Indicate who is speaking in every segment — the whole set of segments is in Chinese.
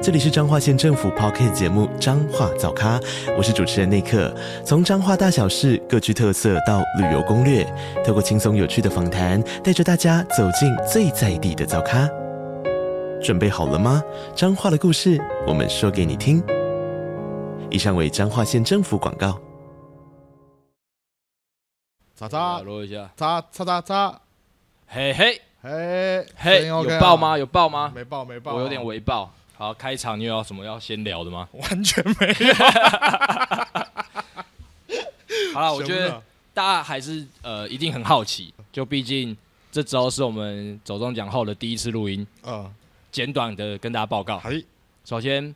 Speaker 1: 这里是彰化县政府 p o c k t 节目《彰化早咖》，我是主持人内克。从彰化大小事各具特色到旅游攻略，透过轻松有趣的访谈，带着大家走进最在地的早咖。准备好了吗？彰化的故事，我们说给你听。以上为彰化县政府广告。
Speaker 2: 叉
Speaker 3: 打
Speaker 2: 叉
Speaker 3: 落一下，
Speaker 2: 叉叉叉叉，
Speaker 3: 嘿嘿
Speaker 2: 嘿，声
Speaker 3: 嘿，
Speaker 2: 音 OK 啊
Speaker 3: 有爆吗？？有爆吗？
Speaker 2: 没爆，没爆，啊
Speaker 3: 我有点微爆。好，开场你有要什么要先聊的吗？
Speaker 2: 完全没
Speaker 3: 好了，我觉
Speaker 2: 什么
Speaker 3: 得
Speaker 2: 呢
Speaker 3: 大家还是呃一定很好奇，就毕竟这周是我们走中奖后的第一次录音，
Speaker 2: 啊，
Speaker 3: 简短的跟大家报告。
Speaker 2: 嘿，
Speaker 3: 首先，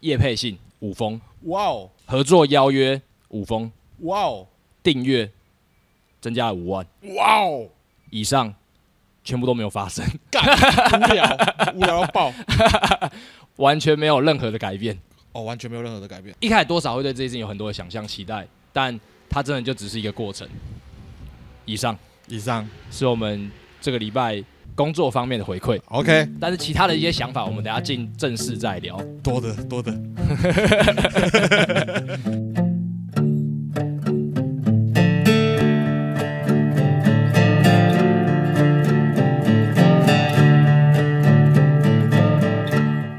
Speaker 3: 叶配信五封
Speaker 2: 哇哦，
Speaker 3: 合作邀约五封
Speaker 2: 哇哦，
Speaker 3: 订阅增加了五万
Speaker 2: 哇哦，
Speaker 3: 以上，全部都没有发生，
Speaker 2: 无聊，无聊到爆，
Speaker 3: 完全没有任何的改变。
Speaker 2: 哦，完全没有任何的改变，
Speaker 3: 一开始多少会对这件事情有很多的想象期待，但它真的就只是一个过程。以上
Speaker 2: 以上
Speaker 3: 是我们这个礼拜工作方面的回馈，
Speaker 2: OK，
Speaker 3: 但是其他的一些想法，我们等一下进正式再聊。
Speaker 2: 多的多的，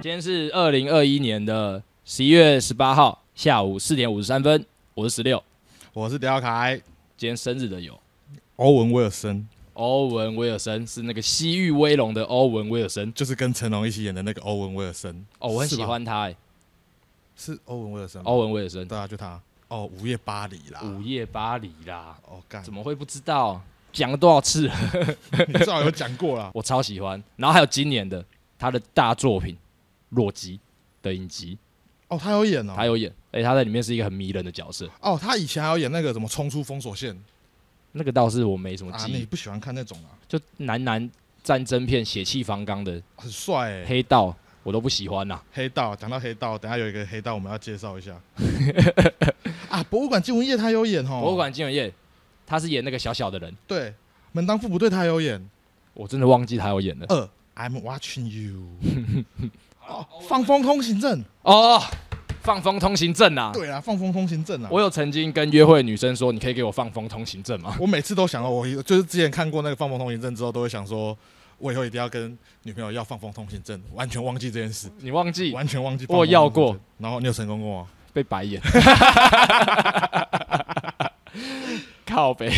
Speaker 3: 今天是二零二一年的十一月十八号下午四点五十三分，我是十六，
Speaker 2: 我是廖凯，
Speaker 3: 今天生日的有
Speaker 2: 欧文威尔森，
Speaker 3: 欧文威尔森，是那个《西域威龙》的欧文威尔森。
Speaker 2: 就是跟成龙一起演的那个欧文威尔森，
Speaker 3: 哦，我很喜
Speaker 2: 是吧
Speaker 3: 欢他、欸，
Speaker 2: 是欧文威尔森吗，
Speaker 3: 欧文威尔森，
Speaker 2: 对啊，就他，哦，午夜巴黎啦，
Speaker 3: 午夜巴黎》啦，
Speaker 2: 哦，干
Speaker 3: 怎，么会不知道？讲了多少次了？，
Speaker 2: 你至少有讲过啦
Speaker 3: 我超喜欢。然后还有今年的他的大作品《洛基》的影集，
Speaker 2: 哦，他有演哦，
Speaker 3: 他有演，而且他在里面是一个很迷人的角色。
Speaker 2: 哦，他以前还有演那个什么冲出封锁线
Speaker 3: 那个倒是我没什么
Speaker 2: 啊，
Speaker 3: 记
Speaker 2: 你
Speaker 3: 忆，
Speaker 2: 不喜欢看那种啊，
Speaker 3: 就男男战争片血气方刚的
Speaker 2: 很帅欸
Speaker 3: 黑道，我都不喜欢啦。
Speaker 2: 黑道，讲到黑道，等下有一个黑道我们要介绍一 下。啊，博物馆金文业他有演哦，
Speaker 3: 博物馆金融业，他是演那个小小的人，
Speaker 2: 对，门当户不对他有演。
Speaker 3: 我真的忘记他有演了。
Speaker 2: 二，I'm watching you。哦， 放风通行证。
Speaker 3: 哦，放风通行证啊！
Speaker 2: 对啊，放风通行证啊。
Speaker 3: 我有曾经跟约会的女生说，你可以给我放风通行证吗？
Speaker 2: 我每次都想到，哦我就是之前看过那个放风通行证之后，都会想说，我以后一定要跟女朋友要放风通行证，完全忘记这件事，
Speaker 3: 你忘记
Speaker 2: 完全忘记。
Speaker 3: 我要过，
Speaker 2: 然后你有成功过吗？
Speaker 3: 被白 眼， 靠北。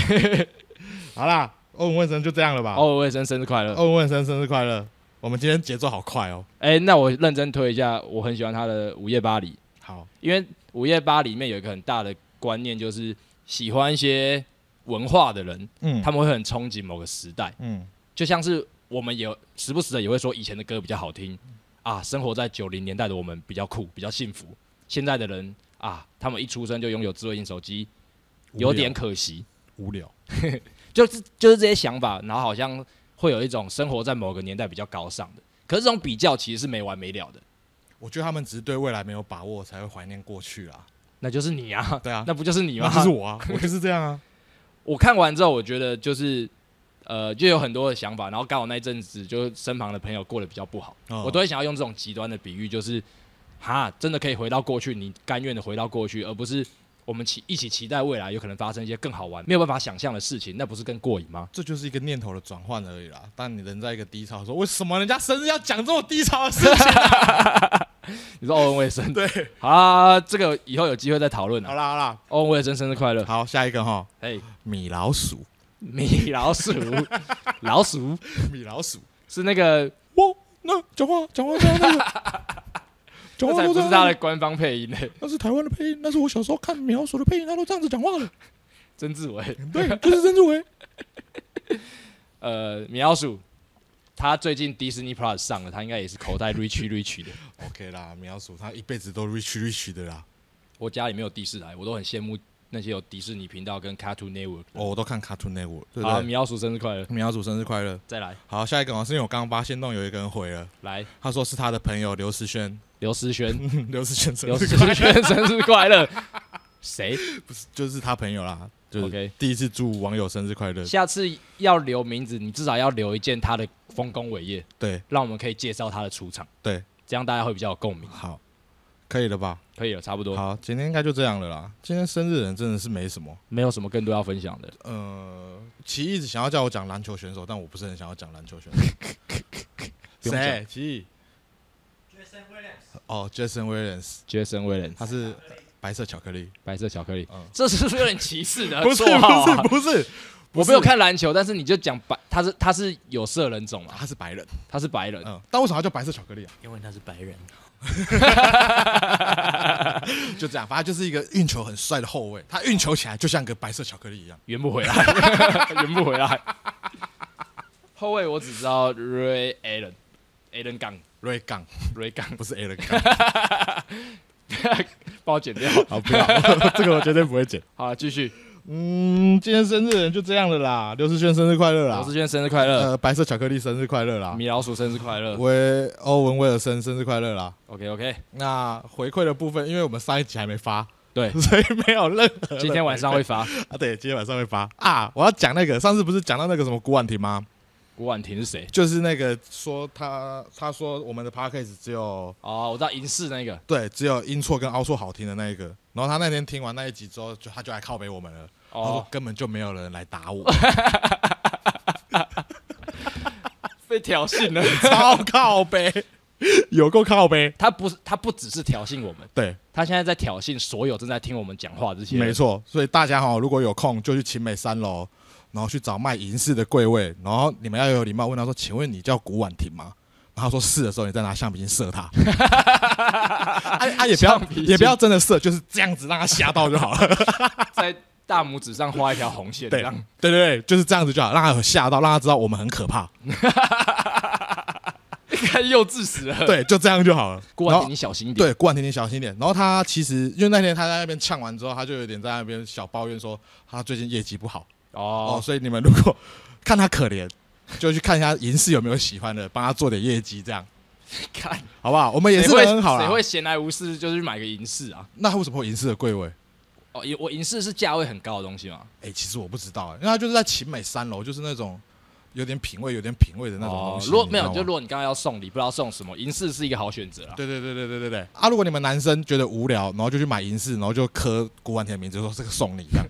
Speaker 2: 好啦，欧文卫生就这样了吧。
Speaker 3: 欧文卫哦生生日快乐！
Speaker 2: 欧文卫生生日快乐！我们今天节奏好快哦。
Speaker 3: 哎、那我认真推一下，我很喜欢他的《午夜巴黎》，
Speaker 2: 好，
Speaker 3: 因为《午夜巴黎》里面有一个很大的观念，就是喜欢一些文化的人，
Speaker 2: 嗯，
Speaker 3: 他们会很憧憬某个时代，
Speaker 2: 嗯，
Speaker 3: 就像是我们也时不时的也会说以前的歌比较好听啊，生活在九零年代的我们比较酷，比较幸福。现在的人啊，他们一出生就拥有智慧型手机，有点可惜。
Speaker 2: 无聊。
Speaker 3: 就是就是这些想法，然后好像会有一种生活在某个年代比较高尚的，可是这种比较其实是没完没了的。
Speaker 2: 我觉得他们只是对未来没有把握，才会怀念过去啦。
Speaker 3: 那就是你 啊，
Speaker 2: 对啊，
Speaker 3: 那不就是你吗？
Speaker 2: 那就是 我啊，我就是这样啊。
Speaker 3: 我看完之后，我觉得就是呃，就有很多的想法，然后刚好那一阵子就身旁的朋友过得比较不好，
Speaker 2: 哦
Speaker 3: 我都会想要用这种极端的比喻，就是哈，真的可以回到过去，你甘愿的回到过去，而不是。我们期一起期待未来有可能发生一些更好玩、没有办法想象的事情，那不是更过瘾吗？
Speaker 2: 这就是一个念头的转换而已啦。但你人在一个低潮，说为什么人家生日要讲这么低潮的事情？
Speaker 3: 你说欧文卫生
Speaker 2: 对，
Speaker 3: 好啦，这个以后有机会再讨论
Speaker 2: 好
Speaker 3: 啊。
Speaker 2: 啦好啦，
Speaker 3: 欧文卫生生日快乐！
Speaker 2: 好，下一个哈，
Speaker 3: 嘿，
Speaker 2: 米老鼠，
Speaker 3: 米老鼠，老鼠
Speaker 2: 米老鼠，
Speaker 3: 是那个，
Speaker 2: 哇，那讲话讲话这样那个，讲
Speaker 3: 这
Speaker 2: 话
Speaker 3: 才
Speaker 2: 都
Speaker 3: 不
Speaker 2: 这
Speaker 3: 是
Speaker 2: 样啊
Speaker 3: 他的官方配音呢、
Speaker 2: 那是台湾的配音，那是我小时候看米老鼠的配音，他都这样子讲话的。
Speaker 3: 曾志伟。
Speaker 2: 对，就是曾志 伟。
Speaker 3: 呃，米老鼠，他最近 Disney Plus 上了，他应该也是口袋 rich rich 的。
Speaker 2: OK 啦，米老鼠他一辈子都 rich rich 的啦。
Speaker 3: 我家里没有第四台，我都很羡慕那些有迪士尼频道跟 Cartoon Network 的。
Speaker 2: 哦，我都看 Cartoon Network，对不
Speaker 3: 好，
Speaker 2: 对？
Speaker 3: 米老鼠生日快乐！
Speaker 2: 米老鼠生日快乐！
Speaker 3: 再来，
Speaker 2: 好，下一个哦，是因为我刚刚发现弄有一个人回了，
Speaker 3: 来，
Speaker 2: 他说是他的朋友刘思轩，
Speaker 3: 刘思璇，
Speaker 2: 刘思轩生
Speaker 3: 刘
Speaker 2: 日
Speaker 3: 思
Speaker 2: 快乐，
Speaker 3: 璇生日快 乐！谁
Speaker 2: 就是他朋友啦，就是
Speaker 3: OK
Speaker 2: 第一次祝网友生日快乐，
Speaker 3: 下次要留名字，你至少要留一件他的丰功伟业，
Speaker 2: 对
Speaker 3: 让我们可以介绍他的出场，
Speaker 2: 对，
Speaker 3: 这样大家会比较有共鸣。
Speaker 2: 好，可以了吧？
Speaker 3: 可以了，差不多，
Speaker 2: 好，今天应该就这样了啦。今天生日人真的是没什么，
Speaker 3: 没有什么更多要分享的。
Speaker 2: 呃，奇一直想要叫我讲篮球选手，但我不是很想要讲篮球选手。
Speaker 3: 不用
Speaker 2: 谁？奇异？哦，Jason Williams，
Speaker 3: Jason Williams，
Speaker 2: 他是白色巧克力。
Speaker 3: 白色巧克力
Speaker 2: 嗯，
Speaker 3: 这是不是有点歧视的
Speaker 2: 不是
Speaker 3: 绰号啊？
Speaker 2: 不是不是，不
Speaker 3: 我
Speaker 2: 是
Speaker 3: 没有，看篮球，但是你就讲白，他是他是有色人种嘛，
Speaker 2: 他是白人。
Speaker 3: 他是白人，
Speaker 2: 嗯，但为什么要叫白色巧克力啊？
Speaker 1: 因为他是白人。
Speaker 2: 就这样，反正就是一个运球很帅的后卫，他运球起来就像个白色巧克力一样。
Speaker 3: 圆不回来， 圆不回来。后卫我只知道 Ray Allen，Allen 杠
Speaker 2: Ray 杠
Speaker 3: Ray 杠，
Speaker 2: 不是 Allen 杠，
Speaker 3: 帮我剪掉。
Speaker 2: 好不 要，这个我绝对不会剪。
Speaker 3: 好，继续。
Speaker 2: 嗯，今天生日人就这样了啦，刘世轩生日快乐啦
Speaker 3: 罗志！轩生日快乐，
Speaker 2: 呃，白色巧克力生日快乐啦！
Speaker 3: 米老鼠生日快乐。
Speaker 2: 威欧文威尔森生日快乐啦！
Speaker 3: OK OK，
Speaker 2: 那回馈的部分，因为我们上一集还没发，
Speaker 3: 对，
Speaker 2: 所以没有任何的
Speaker 3: 今天晚上会发。
Speaker 2: 啊，对，今天晚上会发啊！我要讲那个，上次不是讲到那个什么古婉婷吗？
Speaker 3: 古婉婷是谁？
Speaker 2: 就是那个说他他说我们的 podcast 只有
Speaker 3: 哦，我知道银饰那个。
Speaker 2: 对只有音错跟凹错好听的那一个，然后他那天听完那一集之后，就他就来靠北我们了，他说
Speaker 3: 哦，
Speaker 2: 根本就没有人来打 我，
Speaker 3: 被挑衅了。
Speaker 2: 超靠北，有够靠北，
Speaker 3: 他不是，他不只是挑衅我们，
Speaker 2: 对，
Speaker 3: 他现在在挑衅所有正在听我们讲话的这些人。
Speaker 2: 没错，所以大家哈、如果有空就去秦美三楼，然后去找卖银饰的柜位，然后你们要有礼貌问他说：“请问你叫古婉婷吗？”然后他说是的时候，你再拿橡皮筋 射他。啊啊，也不要
Speaker 3: 橡皮筋
Speaker 2: 也不要真的射，就是这样子让他吓到就好了。
Speaker 3: 在大拇指上画一条红线，这
Speaker 2: 对
Speaker 3: 样
Speaker 2: 对对对，就是这样子就好，让他有吓到，让他知道我们很可怕。
Speaker 3: 嗯太幼稚死了。，
Speaker 2: 对，就这样就好了。
Speaker 3: 古婉
Speaker 2: 然
Speaker 3: 婷，
Speaker 2: 后
Speaker 3: 你小心一点。
Speaker 2: 对，古婉婷，你小心一点。然后他其实因为那天他在那边呛完之后，他就有点在那边小抱怨说他最近业绩不好。哦，
Speaker 3: 哦，
Speaker 2: 所以你们如果看他可怜，就去看一下银饰有没有喜欢的，帮他做点业绩，这样
Speaker 3: 看。
Speaker 2: 好不好？我们也
Speaker 3: 谁
Speaker 2: 是
Speaker 3: 会
Speaker 2: 很好
Speaker 3: 谁
Speaker 2: 啦
Speaker 3: 会。闲来无事就去买个银饰啊？
Speaker 2: 那为什么会有银饰的贵位？
Speaker 3: 哦，银我银饰是价位很高的东西嘛？
Speaker 2: 哎、其实我不知道、因为他就是在秦美三楼，就是那种有点品味、有点品味的那种东
Speaker 3: 哦，
Speaker 2: 西。
Speaker 3: 如果
Speaker 2: 你
Speaker 3: 没
Speaker 2: 知道
Speaker 3: 有，
Speaker 2: 吗
Speaker 3: 就如果你刚刚要送礼，不知道送什么，银饰是一个好选择啊。
Speaker 2: 对对对对对对对啊！如果你们男生觉得无聊，然后就去买银饰，然后就刻古玩田的名字，说这个送你，这样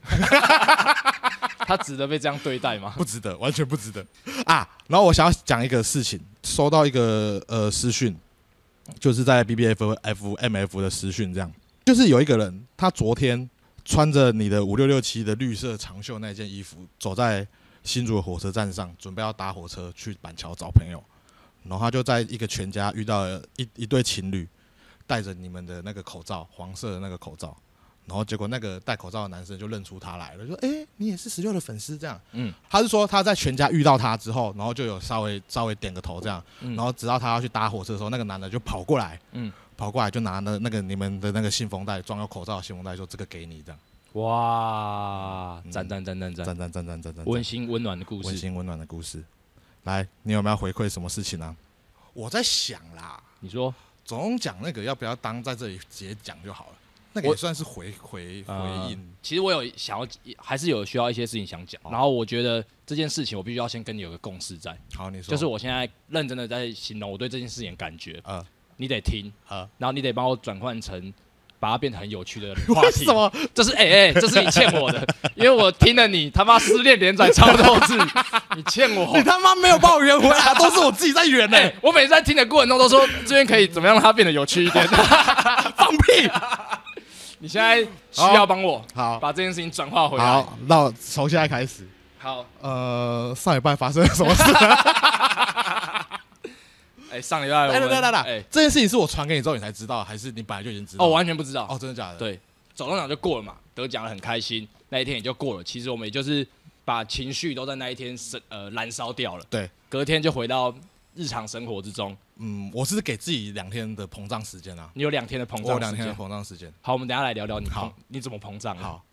Speaker 3: 他值得被这样对待吗？
Speaker 2: 不值得，完全不值得啊！然后我想要讲一个事情，收到一个呃私讯，就是在 B B F F M F 的私讯，这样就是有一个人，他昨天穿着你的五六六七的绿色长袖那件衣服，走在新竹的火车站上，准备要搭火车去板桥找朋友，然后他就在一个全家遇到了一一对情侣，戴着你们的那个口罩，黄色的那个口罩。然后结果那个戴口罩的男生就认出他来了，就说：“哎、你也是十六的粉丝这样。”
Speaker 3: 嗯
Speaker 2: 嗯，他是说他在全家遇到他之后，然后就有稍微稍微点个头这样，
Speaker 3: 嗯
Speaker 2: 然后直到他要去搭火车的时候，那个男的就跑过来，
Speaker 3: 嗯
Speaker 2: 嗯，跑过来就拿那那个你们的那个信封袋装有口罩的信封袋，说这个给你这样，
Speaker 3: 哇，
Speaker 2: 嗯
Speaker 3: 赞赞赞赞
Speaker 2: 赞
Speaker 3: 赞，
Speaker 2: 赞赞赞赞赞，
Speaker 3: 温馨温暖的故
Speaker 2: 温
Speaker 3: 事。
Speaker 2: 馨温暖的故事。来，你有没有回馈什么事情啊？我在想啦，
Speaker 3: 你说
Speaker 2: 总讲那个要不要当在这里直接讲就好了，那个
Speaker 3: 我
Speaker 2: 也算是回回
Speaker 3: 呃
Speaker 2: 回应。
Speaker 3: 其实我有想要，还是有需要一些事情想讲。然后我觉得这件事情，我必须要先跟你有个共识在，
Speaker 2: 好，你说
Speaker 3: 就是我现在认真的在形容我对这件事情的感觉，
Speaker 2: 呃
Speaker 3: 你得听，
Speaker 2: 呃，
Speaker 3: 然后你得帮我转换成，把它变成很有趣的 话
Speaker 2: 为
Speaker 3: 题。
Speaker 2: 什么？
Speaker 3: 这是哎哎、这是你欠 我的，因为我听了你他妈失恋连载超斗志，你欠我
Speaker 2: 你。他妈没有帮我圆回来，都是我自己在圆呢、
Speaker 3: 哎、我每次在听的过程中都说这边可以怎么样让它变得有趣一点。
Speaker 2: 放屁！
Speaker 3: 你现在需要帮我
Speaker 2: 好
Speaker 3: 把这件事情转化回来。
Speaker 2: 好，那我从现在开始，
Speaker 3: 好，
Speaker 2: 呃，上礼拜发生了什么事？
Speaker 3: 哎、上礼拜我
Speaker 2: 来
Speaker 3: 们
Speaker 2: 来来来
Speaker 3: 哎
Speaker 2: 来，这件事情是我传给你之后你才知道，还是你本来就已经知道？
Speaker 3: 哦，我完全不知道。
Speaker 2: 哦，真的假的？，
Speaker 3: 对，走动奖就过了嘛，得奖了很开心，那一天也就过了。其实我们也就是把情绪都在那一天生呃燃烧掉了，
Speaker 2: 对，
Speaker 3: 隔天就回到日常生活之中。
Speaker 2: 嗯，我是给自己两天的膨胀时间啊，
Speaker 3: 你有两天的膨
Speaker 2: 我有
Speaker 3: 胀
Speaker 2: 两
Speaker 3: 时
Speaker 2: 天的
Speaker 3: 间。
Speaker 2: 膨胀时间。
Speaker 3: 好，我们等一下来聊聊你膨
Speaker 2: 好
Speaker 3: 你怎么膨胀、啊。
Speaker 2: 好，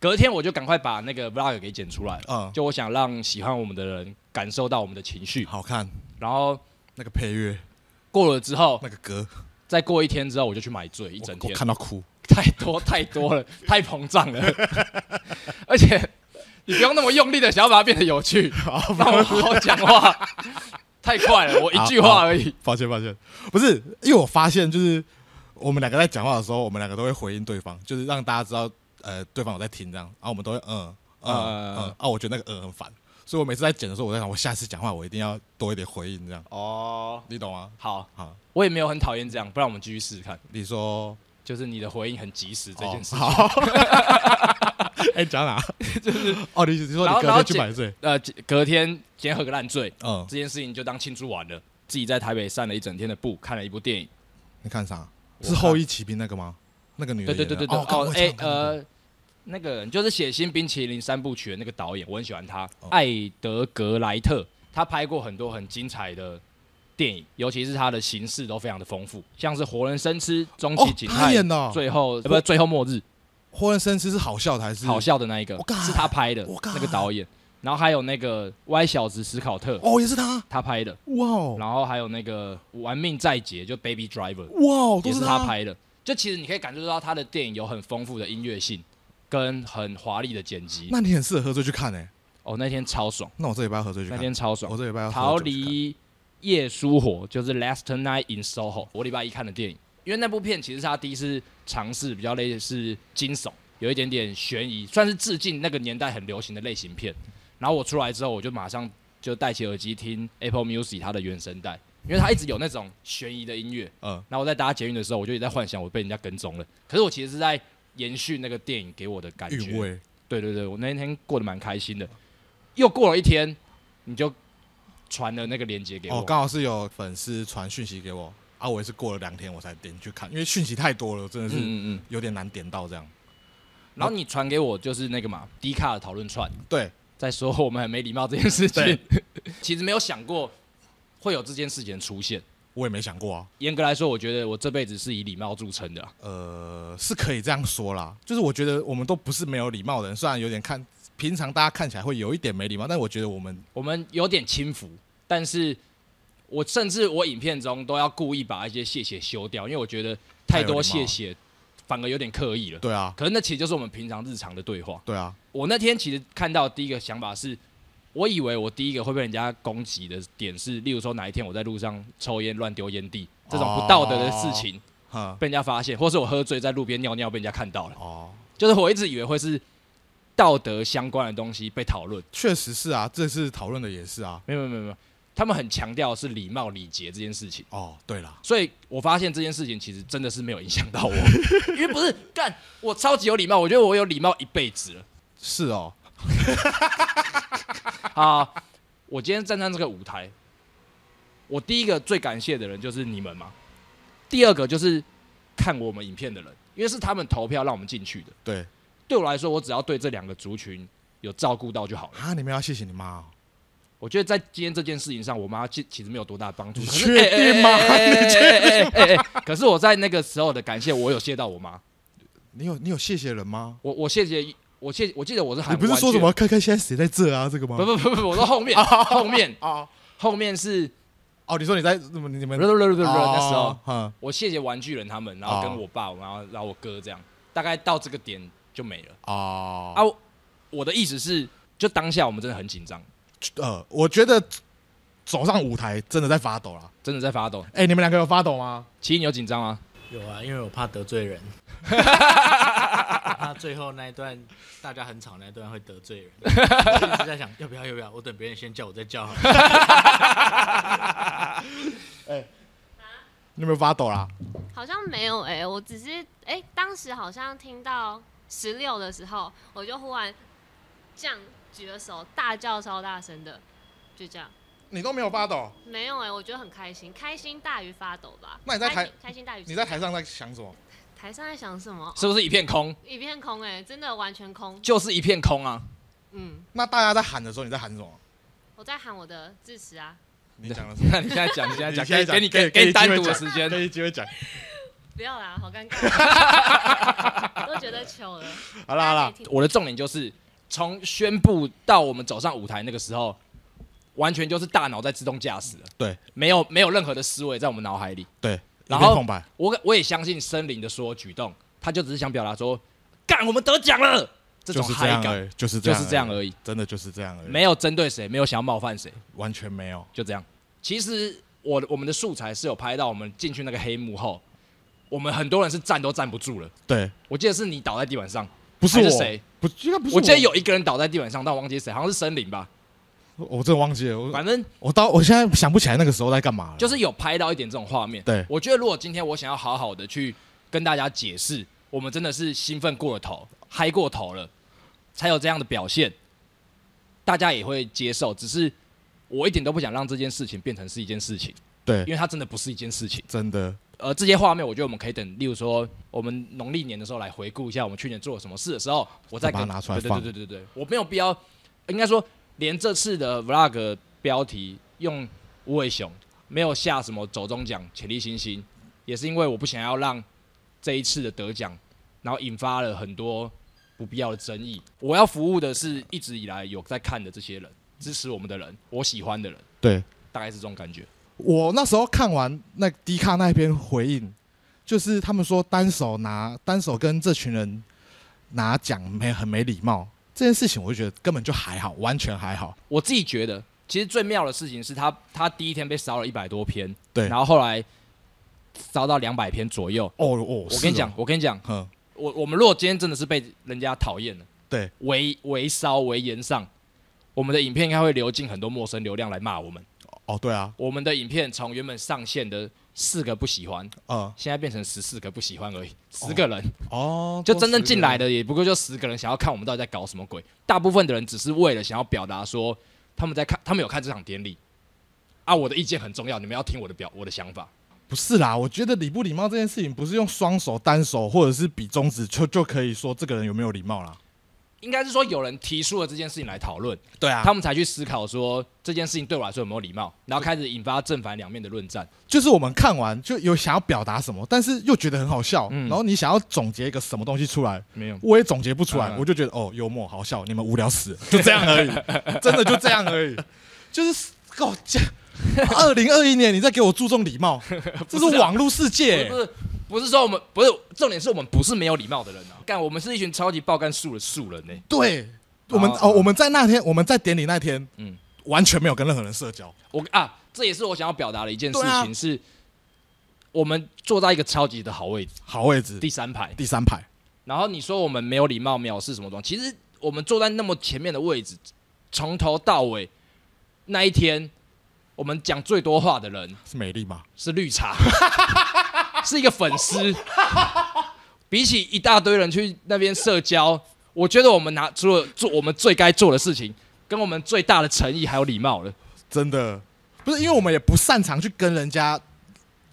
Speaker 3: 隔天我就赶快把那个 vlog 给剪出来了，
Speaker 2: 嗯，
Speaker 3: 就我想让喜欢我们的人感受到我们的情绪。
Speaker 2: 好看
Speaker 3: 然后
Speaker 2: 那个配乐，
Speaker 3: 过了之后，
Speaker 2: 那个歌，
Speaker 3: 再过一天之后，我就去买醉一整
Speaker 2: 我我
Speaker 3: 天，
Speaker 2: 看到哭。
Speaker 3: 太多太多了，太膨胀了， 而且你不用那么用力的想要把它变得有趣，让我好好讲话，太快了，我一句话而已。
Speaker 2: 抱歉，抱歉，不是，因为我发现就是我们两个在讲话的时候，我们两个都会回应对方，就是让大家知道，呃，对方有在听这样，然、后我们都会嗯嗯
Speaker 3: 呃
Speaker 2: 嗯啊，我觉得那个嗯很烦，所以我每次在剪的时候，我在想，我下次讲话我一定要多一点回应，这样，
Speaker 3: 哦，
Speaker 2: 你懂吗？
Speaker 3: 好，
Speaker 2: 好，
Speaker 3: 我也没有很讨厌这样，不然我们继续试试看。
Speaker 2: 你说
Speaker 3: 就是你的回应很及时这件事
Speaker 2: 哦
Speaker 3: 情，
Speaker 2: 好， 哎，讲 哪？就是哦，你你说
Speaker 3: 然后
Speaker 2: 你
Speaker 3: 然
Speaker 2: 隔
Speaker 3: 后
Speaker 2: 天去
Speaker 3: 剪
Speaker 2: 买醉，
Speaker 3: 呃，隔天今天喝个烂醉，
Speaker 2: 嗯，
Speaker 3: 这件事情就当庆祝完了。自己在台北散了一整天的步，看了一部电影。
Speaker 2: 你看啥？
Speaker 3: 我
Speaker 2: 是后羿骑兵那个吗？那个女的
Speaker 3: 对
Speaker 2: 演
Speaker 3: 对
Speaker 2: 的，
Speaker 3: 对对对，
Speaker 2: 哦，
Speaker 3: 啊哦，
Speaker 2: 哎
Speaker 3: 哎，呃，那个人就是写《新冰淇淋三部曲》的那个导演，我很喜欢他，
Speaker 2: 哦
Speaker 3: 艾德格莱特。他拍过很多很精彩的电影，尤其是他的形式都非常的丰富，像是《活人生吃》《终极
Speaker 2: 哦，
Speaker 3: 警
Speaker 2: 他
Speaker 3: 探》
Speaker 2: 演的哦
Speaker 3: 最后呃不是最后末日，
Speaker 2: 《霍恩生吃》是好笑的还是
Speaker 3: 好？笑的那一个
Speaker 2: 我靠
Speaker 3: 是他拍的
Speaker 2: 我，靠
Speaker 3: 那个导演。然后还有那个《歪小子史考特》，
Speaker 2: 哦，也是他，
Speaker 3: 他拍的。
Speaker 2: 哇哦，
Speaker 3: 然后还有那个《玩命在劫》，就 Baby Driver，
Speaker 2: 哇哦，
Speaker 3: 也
Speaker 2: 都
Speaker 3: 是
Speaker 2: 他
Speaker 3: 他。拍的。就其实你可以感受到他的电影有很丰富的音乐性，跟很华丽的剪辑。
Speaker 2: 那你很适合喝醉去看诶、欸
Speaker 3: 哦，那天超爽，
Speaker 2: 那我这礼拜要喝醉去
Speaker 3: 那
Speaker 2: 看。
Speaker 3: 天超爽
Speaker 2: 我。这礼拜要喝
Speaker 3: 逃
Speaker 2: 醉去看
Speaker 3: 离夜疏火就是《Last Night in Soho》，我礼拜一看的电影。因为那部片其实是他第一次尝试比较类似惊悚，有一点点悬疑，算是致敬那个年代很流行的类型片。然后我出来之后，我就马上就戴起耳机听 Apple Music 它的原声带，因为它一直有那种悬疑的音乐。
Speaker 2: 嗯，
Speaker 3: 然后我在搭捷运的时候，我就一直在幻想我被人家跟踪了。可是我其实是在延续那个电影给我的感
Speaker 2: 韵
Speaker 3: 觉。
Speaker 2: 味。
Speaker 3: 对对对，我那一天过得蛮开心的。又过了一天，你就传了那个链接给我。
Speaker 2: 哦，刚好是有粉丝传讯息给我，啊，我也是过了两天我才点去看，因为讯息太多了，真的
Speaker 3: 嗯
Speaker 2: 是
Speaker 3: 嗯嗯。
Speaker 2: 有点难点到这样。
Speaker 3: 然后你传给我就是那个嘛，低卡的讨论串，
Speaker 2: 对，
Speaker 3: 在说我们很没礼貌这件事情
Speaker 2: 对。
Speaker 3: 其实没有想过会有这件事情出现。
Speaker 2: 我也没想过啊，
Speaker 3: 严格来说，我觉得我这辈子是以礼貌著称的啊、
Speaker 2: 呃，是可以这样说啦，就是我觉得我们都不是没有礼貌的人，虽然有点看平常大家看起来会有一点没礼貌，但我觉得我们
Speaker 3: 我们有点轻浮，但是我甚至我影片中都要故意把一些谢谢修掉，因为我觉得太多谢谢反而有点刻意了。
Speaker 2: 对啊，
Speaker 3: 可是那其实就是我们平常日常的对话。
Speaker 2: 对啊，
Speaker 3: 我那天其实看到第一个想法是，我以为我第一个会被人家攻击的点是，例如说哪一天我在路上抽烟乱丢烟蒂这种不道德的事情
Speaker 2: 哈，
Speaker 3: 被人家发现，或是我喝醉在路边尿尿被人家看到了，
Speaker 2: 哦，
Speaker 3: 就是我一直以为会是道德相关的东西被讨论。
Speaker 2: 确实是啊，这次讨论的也是啊，
Speaker 3: 没有没有没有没有，他们很强调是礼貌礼节这件事情，
Speaker 2: 哦，对啦，
Speaker 3: 所以我发现这件事情其实真的是没有影响到我，因为不是干我超级有礼貌，我觉得我有礼貌一辈子了
Speaker 2: 是哦，
Speaker 3: 啊！我今天站上这个舞台，我第一个最感谢的人就是你们嘛，第二个就是看我们影片的人，因为是他们投票让我们进去的。
Speaker 2: 对
Speaker 3: 对我来说，我只要对这两个族群有照顾到就好了。
Speaker 2: 啊，你们要谢谢你妈、哦。
Speaker 3: 我觉得在今天这件事情上，我妈其其实没有多大帮助。
Speaker 2: 你
Speaker 3: 可是
Speaker 2: 确定吗
Speaker 3: 哎哎哎哎哎哎可是我在那个时候的感谢，我有谢到我妈。
Speaker 2: 你有你有谢谢人吗？
Speaker 3: 我我谢谢，我谢，我记得我是
Speaker 2: 你
Speaker 3: 喊。
Speaker 2: 不是说什么？看看现在谁在这啊？这个吗？
Speaker 3: 不不不不，我说后面后面
Speaker 2: 啊
Speaker 3: 后面是，
Speaker 2: 哦，你说你在你们你
Speaker 3: 不
Speaker 2: 们
Speaker 3: 不不不不那时候
Speaker 2: 哦，嗯，
Speaker 3: 我谢谢玩具人他们，然后跟我爸，然后然后我哥这样，大概到这个点就没了
Speaker 2: 哦
Speaker 3: 啊。我我的意思是，就当下我们真的很紧张，
Speaker 2: 呃，我觉得走上舞台真的在发抖啦。
Speaker 3: 真的在发抖。
Speaker 2: 哎，你们两个有发抖吗？
Speaker 3: 其实你有紧张吗？
Speaker 4: 有啊，因为我怕得罪人。怕最后那一段大家很吵那一段会得罪人，我一直在想要不要要不要，我等别人先叫我再叫好了。
Speaker 2: 你有没有发抖啦？
Speaker 5: 好像没有哎、我只是哎、当时好像听到十六的时候，我就忽然这样举了手，大叫超大声的，就这样。
Speaker 2: 你都没有发抖，
Speaker 5: 没有哎、我觉得很开心，开心大于发抖吧。
Speaker 2: 那你在台
Speaker 5: 开心开心大于
Speaker 2: 你在台上在想什么？
Speaker 5: 台上在想什么？
Speaker 3: 是不是一片空？
Speaker 5: 一片空哎、真的完全空。
Speaker 3: 就是一片空啊！
Speaker 5: 嗯，
Speaker 2: 那大家在喊的时候你在喊什么？
Speaker 5: 我在喊我的支持啊。
Speaker 2: 你讲的是
Speaker 3: 那你现在讲，你现 在
Speaker 2: 你
Speaker 3: 讲，
Speaker 2: 现在
Speaker 3: 给
Speaker 2: 讲
Speaker 3: 给你
Speaker 2: 给
Speaker 3: 给给
Speaker 2: 机会
Speaker 3: 你单独的
Speaker 2: 讲
Speaker 3: 时间
Speaker 2: 给。你机会讲。
Speaker 5: 不要啦，好尴 尬，都觉得糗了。
Speaker 2: 好啦好
Speaker 5: 大家
Speaker 2: 啦
Speaker 5: 可以，听
Speaker 3: 我的重点就是从宣布到我们走上舞台那个时候，完全就是大脑在自动驾驶了，
Speaker 2: 对
Speaker 3: 没有没有任何的思维在我们脑海里。
Speaker 2: 对，
Speaker 3: 然
Speaker 2: 一片
Speaker 3: 后
Speaker 2: 空白，
Speaker 3: 我我也相信森林的所有举动，他就只是想表达说，干我们得奖了这
Speaker 2: 就
Speaker 3: 种
Speaker 2: 是这
Speaker 3: 嗨
Speaker 2: 样
Speaker 3: 感，
Speaker 2: 而已，就是
Speaker 3: 就
Speaker 2: 这
Speaker 3: 是这样
Speaker 2: 已，
Speaker 3: 而已，
Speaker 2: 真的就是这样而已，
Speaker 3: 没有针对谁，没有想要冒犯谁，
Speaker 2: 完全没有，
Speaker 3: 就这样。其实我的我们的素材是有拍到我们进去那个黑幕后，我们很多人是站都站不住了。
Speaker 2: 对，
Speaker 3: 我记得是你倒在地板上，
Speaker 2: 不是
Speaker 3: 还
Speaker 2: 我
Speaker 3: 是谁？
Speaker 2: 不，应该不是
Speaker 3: 我记得，有一个人倒在地板上，但我忘记是谁，好像是森林吧。
Speaker 2: 我真的忘记了，我
Speaker 3: 反正
Speaker 2: 我到我现在想不起来那个时候在干嘛了，
Speaker 3: 就是有拍到一点这种画面。
Speaker 2: 对
Speaker 3: 我觉得如果今天我想要好好的去跟大家解释，我们真的是兴奋过了头，嗨过头了，才有这样的表现，大家也会接受。只是我一点都不想让这件事情变成是一件事情，因
Speaker 2: 对，
Speaker 3: 为它真的不是一件事情。
Speaker 2: 真的
Speaker 3: 呃，这些画面我觉得我们可以等，例如说我们农历年的时候来回顾一下我们去年做了什么事的时候，我再
Speaker 2: 再把它
Speaker 3: 跟
Speaker 2: 拿出来
Speaker 3: 对
Speaker 2: 放
Speaker 3: 对对对对对，我没有必要，应该说连这次的 vlog 标题用无尾熊，没有下什么走中奖、潜力新星，也是因为我不想要让这一次的得奖，然后引发了很多不必要的争议。我要服务的是一直以来有在看的这些人，支持我们的人，我喜欢的人，
Speaker 2: 对。
Speaker 3: 大概是这种感觉。
Speaker 2: 我那时候看完那迪卡那篇回应，就是他们说单手拿单手跟这群人拿奖没很没礼貌这件事情，我就觉得根本就还好，完全还好。
Speaker 3: 我自己觉得，其实最妙的事情是他他第一天被烧了一百多篇，
Speaker 2: 对
Speaker 3: 然后后来烧到两百篇左右。
Speaker 2: 哦哦，
Speaker 3: 我跟你讲，，我跟你讲，
Speaker 2: 哼，
Speaker 3: 我我们如果今天真的是被人家讨厌了，
Speaker 2: 对，
Speaker 3: 围围烧围延上，我们的影片应该会流进很多陌生流量来骂我们。
Speaker 2: 哦对啊，
Speaker 3: 我们的影片从原本上线的四个不喜欢，
Speaker 2: 嗯，
Speaker 3: 现在变成十四个不喜欢而已，十个人。
Speaker 2: 哦，
Speaker 3: 就真正进来的也不过就十个人，想要看我们到底在搞什么鬼。大部分的人只是为了想要表达说他们在看，他们有看这场典礼啊，我的意见很重要，你们要听我的表我的想法。
Speaker 2: 不是啦，我觉得礼不礼貌这件事情，不是用双手、单手或者是比中指就就可以说这个人有没有礼貌啦。
Speaker 3: 应该是说有人提出了这件事情来讨论，
Speaker 2: 对啊
Speaker 3: 他们才去思考说这件事情对我来说有没有礼貌，然后开始引发正反两面的论战。
Speaker 2: 就是我们看完就有想要表达什么，但是又觉得很好笑，
Speaker 3: 嗯
Speaker 2: 然后你想要总结一个什么东西出来，
Speaker 3: 没有，
Speaker 2: 我也总结不出来，
Speaker 3: 嗯
Speaker 2: 我就觉得哦，幽默好笑，你们无聊死了，就这样 而已，真的就这样而已，就是够这。二零二一年，你在给我注重礼貌， 这是啊网络世界
Speaker 3: 不。是不是说我们不是重点是我们不是没有礼貌的人啊，干我们是一群超级爆干素的素人欸呢、
Speaker 2: 对，我们
Speaker 3: 好
Speaker 2: 哦，我们在那天，我们在典礼那天，
Speaker 3: 嗯
Speaker 2: 嗯，完全没有跟任何人社交。
Speaker 3: 我啊，这也是我想要表达的一件事
Speaker 2: 对啊
Speaker 3: 情是，我们坐在一个超级的好位置，
Speaker 2: 好位置，
Speaker 3: 第
Speaker 2: 第
Speaker 3: 三排。
Speaker 2: 第三排，
Speaker 3: 然后你说我们没有礼貌、藐视什么东西，其实我们坐在那么前面的位置，从头到尾那一天，我们讲最多话的人
Speaker 2: 是美丽吗？
Speaker 3: 是绿茶， 是一个粉丝。比起一大堆人去那边社交，我觉得我们拿出了做我们最该做的事情，跟我们最大的诚意还有礼貌了。
Speaker 2: 真的不是，因为我们也不擅长去跟人家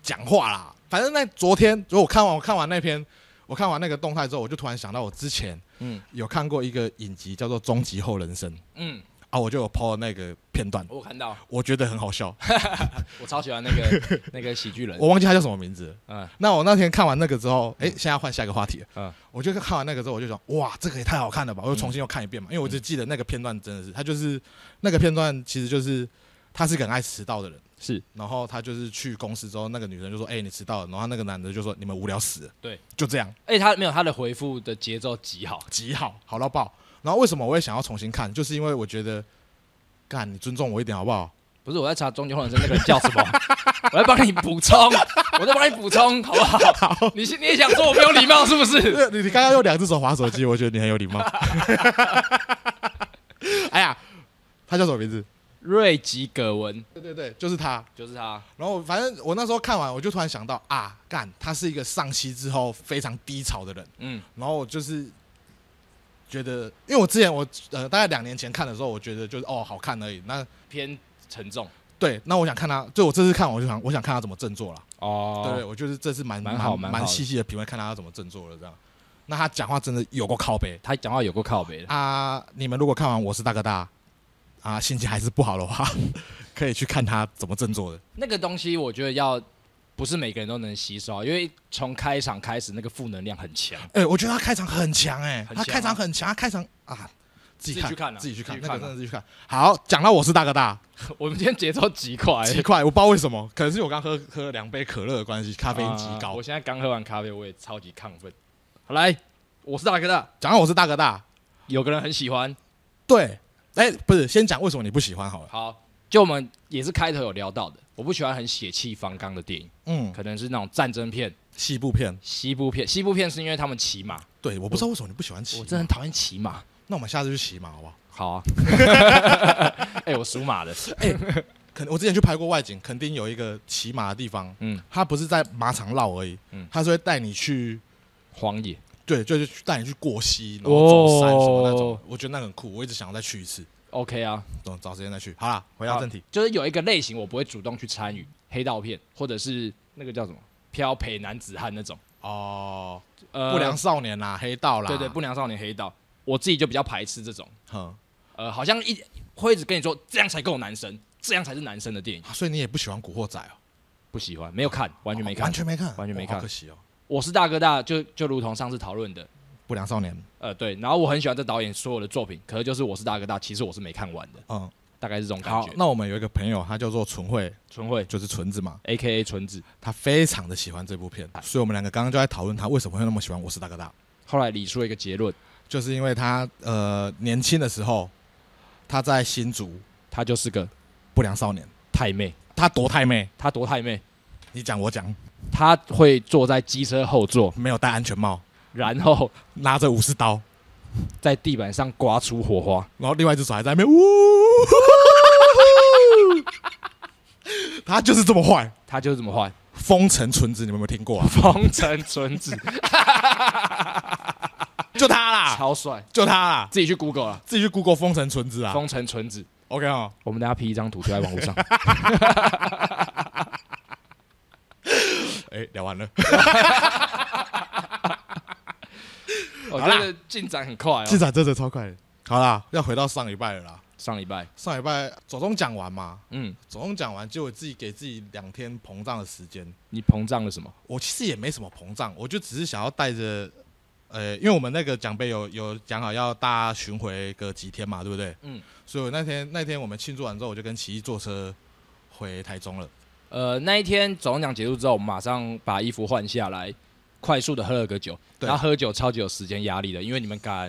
Speaker 2: 讲话啦。反正那昨天，如果我看完我看完那篇，我看完那个动态之后，我就突然想到我之前
Speaker 3: 嗯
Speaker 2: 有看过一个影集叫做《终极后人生》
Speaker 3: 嗯，
Speaker 2: 啊，我就有 PO 那个片段，
Speaker 3: 我有看到，
Speaker 2: 我觉得很好笑，
Speaker 3: 我超喜欢那个那个喜剧 人
Speaker 2: 我。忘记他叫什么名字了。
Speaker 3: 嗯
Speaker 2: 那我那天看完那个之后，哎、现在换下一个话题了。
Speaker 3: 嗯
Speaker 2: 嗯，我就看完那个之后，我就想，哇，这个也太好看了吧！我又重新又看一遍嘛，因为我
Speaker 3: 嗯
Speaker 2: 只记得那个片段真的是，他就是那个片段，其实就是他是个很爱迟到的人，
Speaker 3: 是。
Speaker 2: 然后他就是去公司之后，那个女生就说，哎、你迟到了。然后那个男的就说，你们无聊死了。
Speaker 3: 对，
Speaker 2: 就这样，
Speaker 3: 哎、他没有他的回复的节奏极好，
Speaker 2: 极好，好到爆。然后为什么我会想要重新看，就是因为我觉得，干，你尊重我一点好不好？
Speaker 3: 不是我在查中间换人生那个人叫什么， 我在帮你补 充，我在帮你补充，好不好？你是你也想说我没有礼貌是不 是？
Speaker 2: 对你你刚刚用两只手划手机，我觉得你很有礼 貌。哎呀，他叫什么名字？
Speaker 3: 瑞吉葛文
Speaker 2: 对对对，就是他。
Speaker 3: 就是他，
Speaker 2: 然后反正我那时候看完，我就突然想到啊，干，他是一个上戏之后非常低潮的人。
Speaker 3: 嗯，
Speaker 2: 然后我就是觉得，因为我之前我呃大概两年前看的时候，我觉得就是哦好看而已。那
Speaker 3: 偏沉重
Speaker 2: 对，那我想看他，就我这次看我就想我想看他怎么振作了。对对，
Speaker 3: 哦，
Speaker 2: 我就是这次蛮
Speaker 3: 蛮好蛮好
Speaker 2: 蛮
Speaker 3: 的
Speaker 2: 细细的品味，看他要怎么振作了这样。那他讲话真的有过靠背，
Speaker 3: 他讲话有够靠北的，
Speaker 2: 啊，你们如果看完《我是大哥大》啊， 心情还是不好的话，可以去看他怎么振作的。
Speaker 3: 那个东西我觉得要不是每个人都能吸收，因为从开场开始那个负能量很强。
Speaker 2: 哎、我觉得他开场很强哎、
Speaker 3: 很强
Speaker 2: 他
Speaker 3: 啊
Speaker 2: 开场很强，他开场啊，自己
Speaker 3: 自己去看啊
Speaker 2: 自己去看，
Speaker 3: 自己去
Speaker 2: 那
Speaker 3: 看
Speaker 2: 个真
Speaker 3: 啊
Speaker 2: 的自己去看。好，讲到我是大哥大，
Speaker 3: 我们今天节奏极快、
Speaker 2: 奇怪，我不知道为什么，可能是我刚喝喝了两杯可乐的关系，咖
Speaker 3: 咖
Speaker 2: 啡因极高
Speaker 3: 啊我。现在刚喝完咖啡，我也超级亢奋。好来，我是大哥大，
Speaker 2: 讲到我是大哥大，
Speaker 3: 有个人很喜欢。
Speaker 2: 对，哎、不是，先讲为什么你不喜欢好了。
Speaker 3: 好，就我们也是开头有聊到的，我不喜欢很血气方刚的电影，
Speaker 2: 嗯，
Speaker 3: 可能是那种战争片、
Speaker 2: 西部片，
Speaker 3: 西部片。西部片是因为他们骑马，
Speaker 2: 对，我不知道为什么你不喜欢骑马。
Speaker 3: 我真的很讨厌骑马。
Speaker 2: 那我们下次去骑马好不好？
Speaker 3: 好啊， 哎、我属马的，
Speaker 2: 肯，我之前去拍过外景，垦丁有一个骑马的地方，
Speaker 3: 嗯，
Speaker 2: 它不是在马场绕而已，
Speaker 3: 嗯
Speaker 2: 它是会带你去，
Speaker 3: 荒野。
Speaker 2: 对，就是去带你去过溪，然后走山什么那种，
Speaker 3: 哦
Speaker 2: 我觉得那个很酷，我一直想要再去一次，
Speaker 3: OK 啊，
Speaker 2: 等找时间再去。好啦，回到正题，
Speaker 3: 就是有一个类型我不会主动去参与，黑道片或者是那个叫什么漂培男子汉那种，
Speaker 2: 哦，
Speaker 3: 呃，
Speaker 2: 不良少年啦，黑道啦，
Speaker 3: 对对不良少年黑道，我自己就比较排斥这种，
Speaker 2: 哼，
Speaker 3: 呃，好像一会一直跟你说这样才够男生，这样才是男生的电影，
Speaker 2: 啊所以你也不喜欢《古惑仔》哦，
Speaker 3: 不喜欢，没有看，完全没看，
Speaker 2: 完全没看，
Speaker 3: 完全没
Speaker 2: 哦
Speaker 3: 看
Speaker 2: 好可惜哦。
Speaker 3: 我是大哥大，就就如同上次讨论的，
Speaker 2: 不良少年，
Speaker 3: 呃，对，然后我很喜欢这导演所有的作品，可是就是我是大哥大，其实我是没看完的，
Speaker 2: 嗯，
Speaker 3: 大概是这种感
Speaker 2: 好
Speaker 3: 觉，。
Speaker 2: 那我们有一个朋友，他叫做纯慧，
Speaker 3: 纯慧
Speaker 2: 就是纯子嘛，
Speaker 3: A K A 纯子，
Speaker 2: 他非常的喜欢这部片，
Speaker 3: 哎
Speaker 2: 所以我们两个刚刚就在讨论他为什么会那么喜欢《我是大哥大》。
Speaker 3: 后来理出了一个结论，
Speaker 2: 就是因为他呃年轻的时候，他在新竹
Speaker 3: 他就是个
Speaker 2: 不良少年，
Speaker 3: 太妹，
Speaker 2: 他多太妹，
Speaker 3: 他多太妹。
Speaker 2: 你讲我讲，
Speaker 3: 他会坐在机车后座，
Speaker 2: 没有戴安全帽，
Speaker 3: 然后
Speaker 2: 拿着武士刀，
Speaker 3: 在地板上刮出火花。
Speaker 2: 然后另外一只手还在那边呜，他就是这么坏。
Speaker 3: 他就是这么坏，
Speaker 2: 风尘纯子，你们有没有听过啊？
Speaker 3: 风尘纯 子，
Speaker 2: 就他啦，
Speaker 3: 超帅，
Speaker 2: 就他啦，
Speaker 3: 自己去 Google 了。
Speaker 2: 自己去 Google 风尘纯子啊。
Speaker 3: 风尘纯子，
Speaker 2: OK 哦，
Speaker 3: 我们等下 P 一张图贴在网 络上。
Speaker 2: 哎，聊完 了，
Speaker 3: 我
Speaker 2: 好啦
Speaker 3: 觉得进展很快
Speaker 2: 进
Speaker 3: 哦。
Speaker 2: 展真的超快的。好啦，要回到上礼拜了啦。
Speaker 3: 上礼拜，
Speaker 2: 上礼拜总总讲完嘛，
Speaker 3: 嗯，
Speaker 2: 总共讲完，就我自己给自己两天膨胀的时间。
Speaker 3: 你膨胀了什么？
Speaker 2: 我其实也没什么膨胀，我就只是想要带着，呃，因为我们那个奖杯有有讲好要大家巡回个几天嘛，对不对？
Speaker 3: 嗯。
Speaker 2: 所以我那天那天我们庆祝完之后，我就跟奇艺坐车回台中了。
Speaker 3: 呃，那一天总奖结束之后，我们马上把衣服换下来，快速的喝了个酒。
Speaker 2: 对
Speaker 3: 然后喝酒超级有时间压力的，因为你们赶，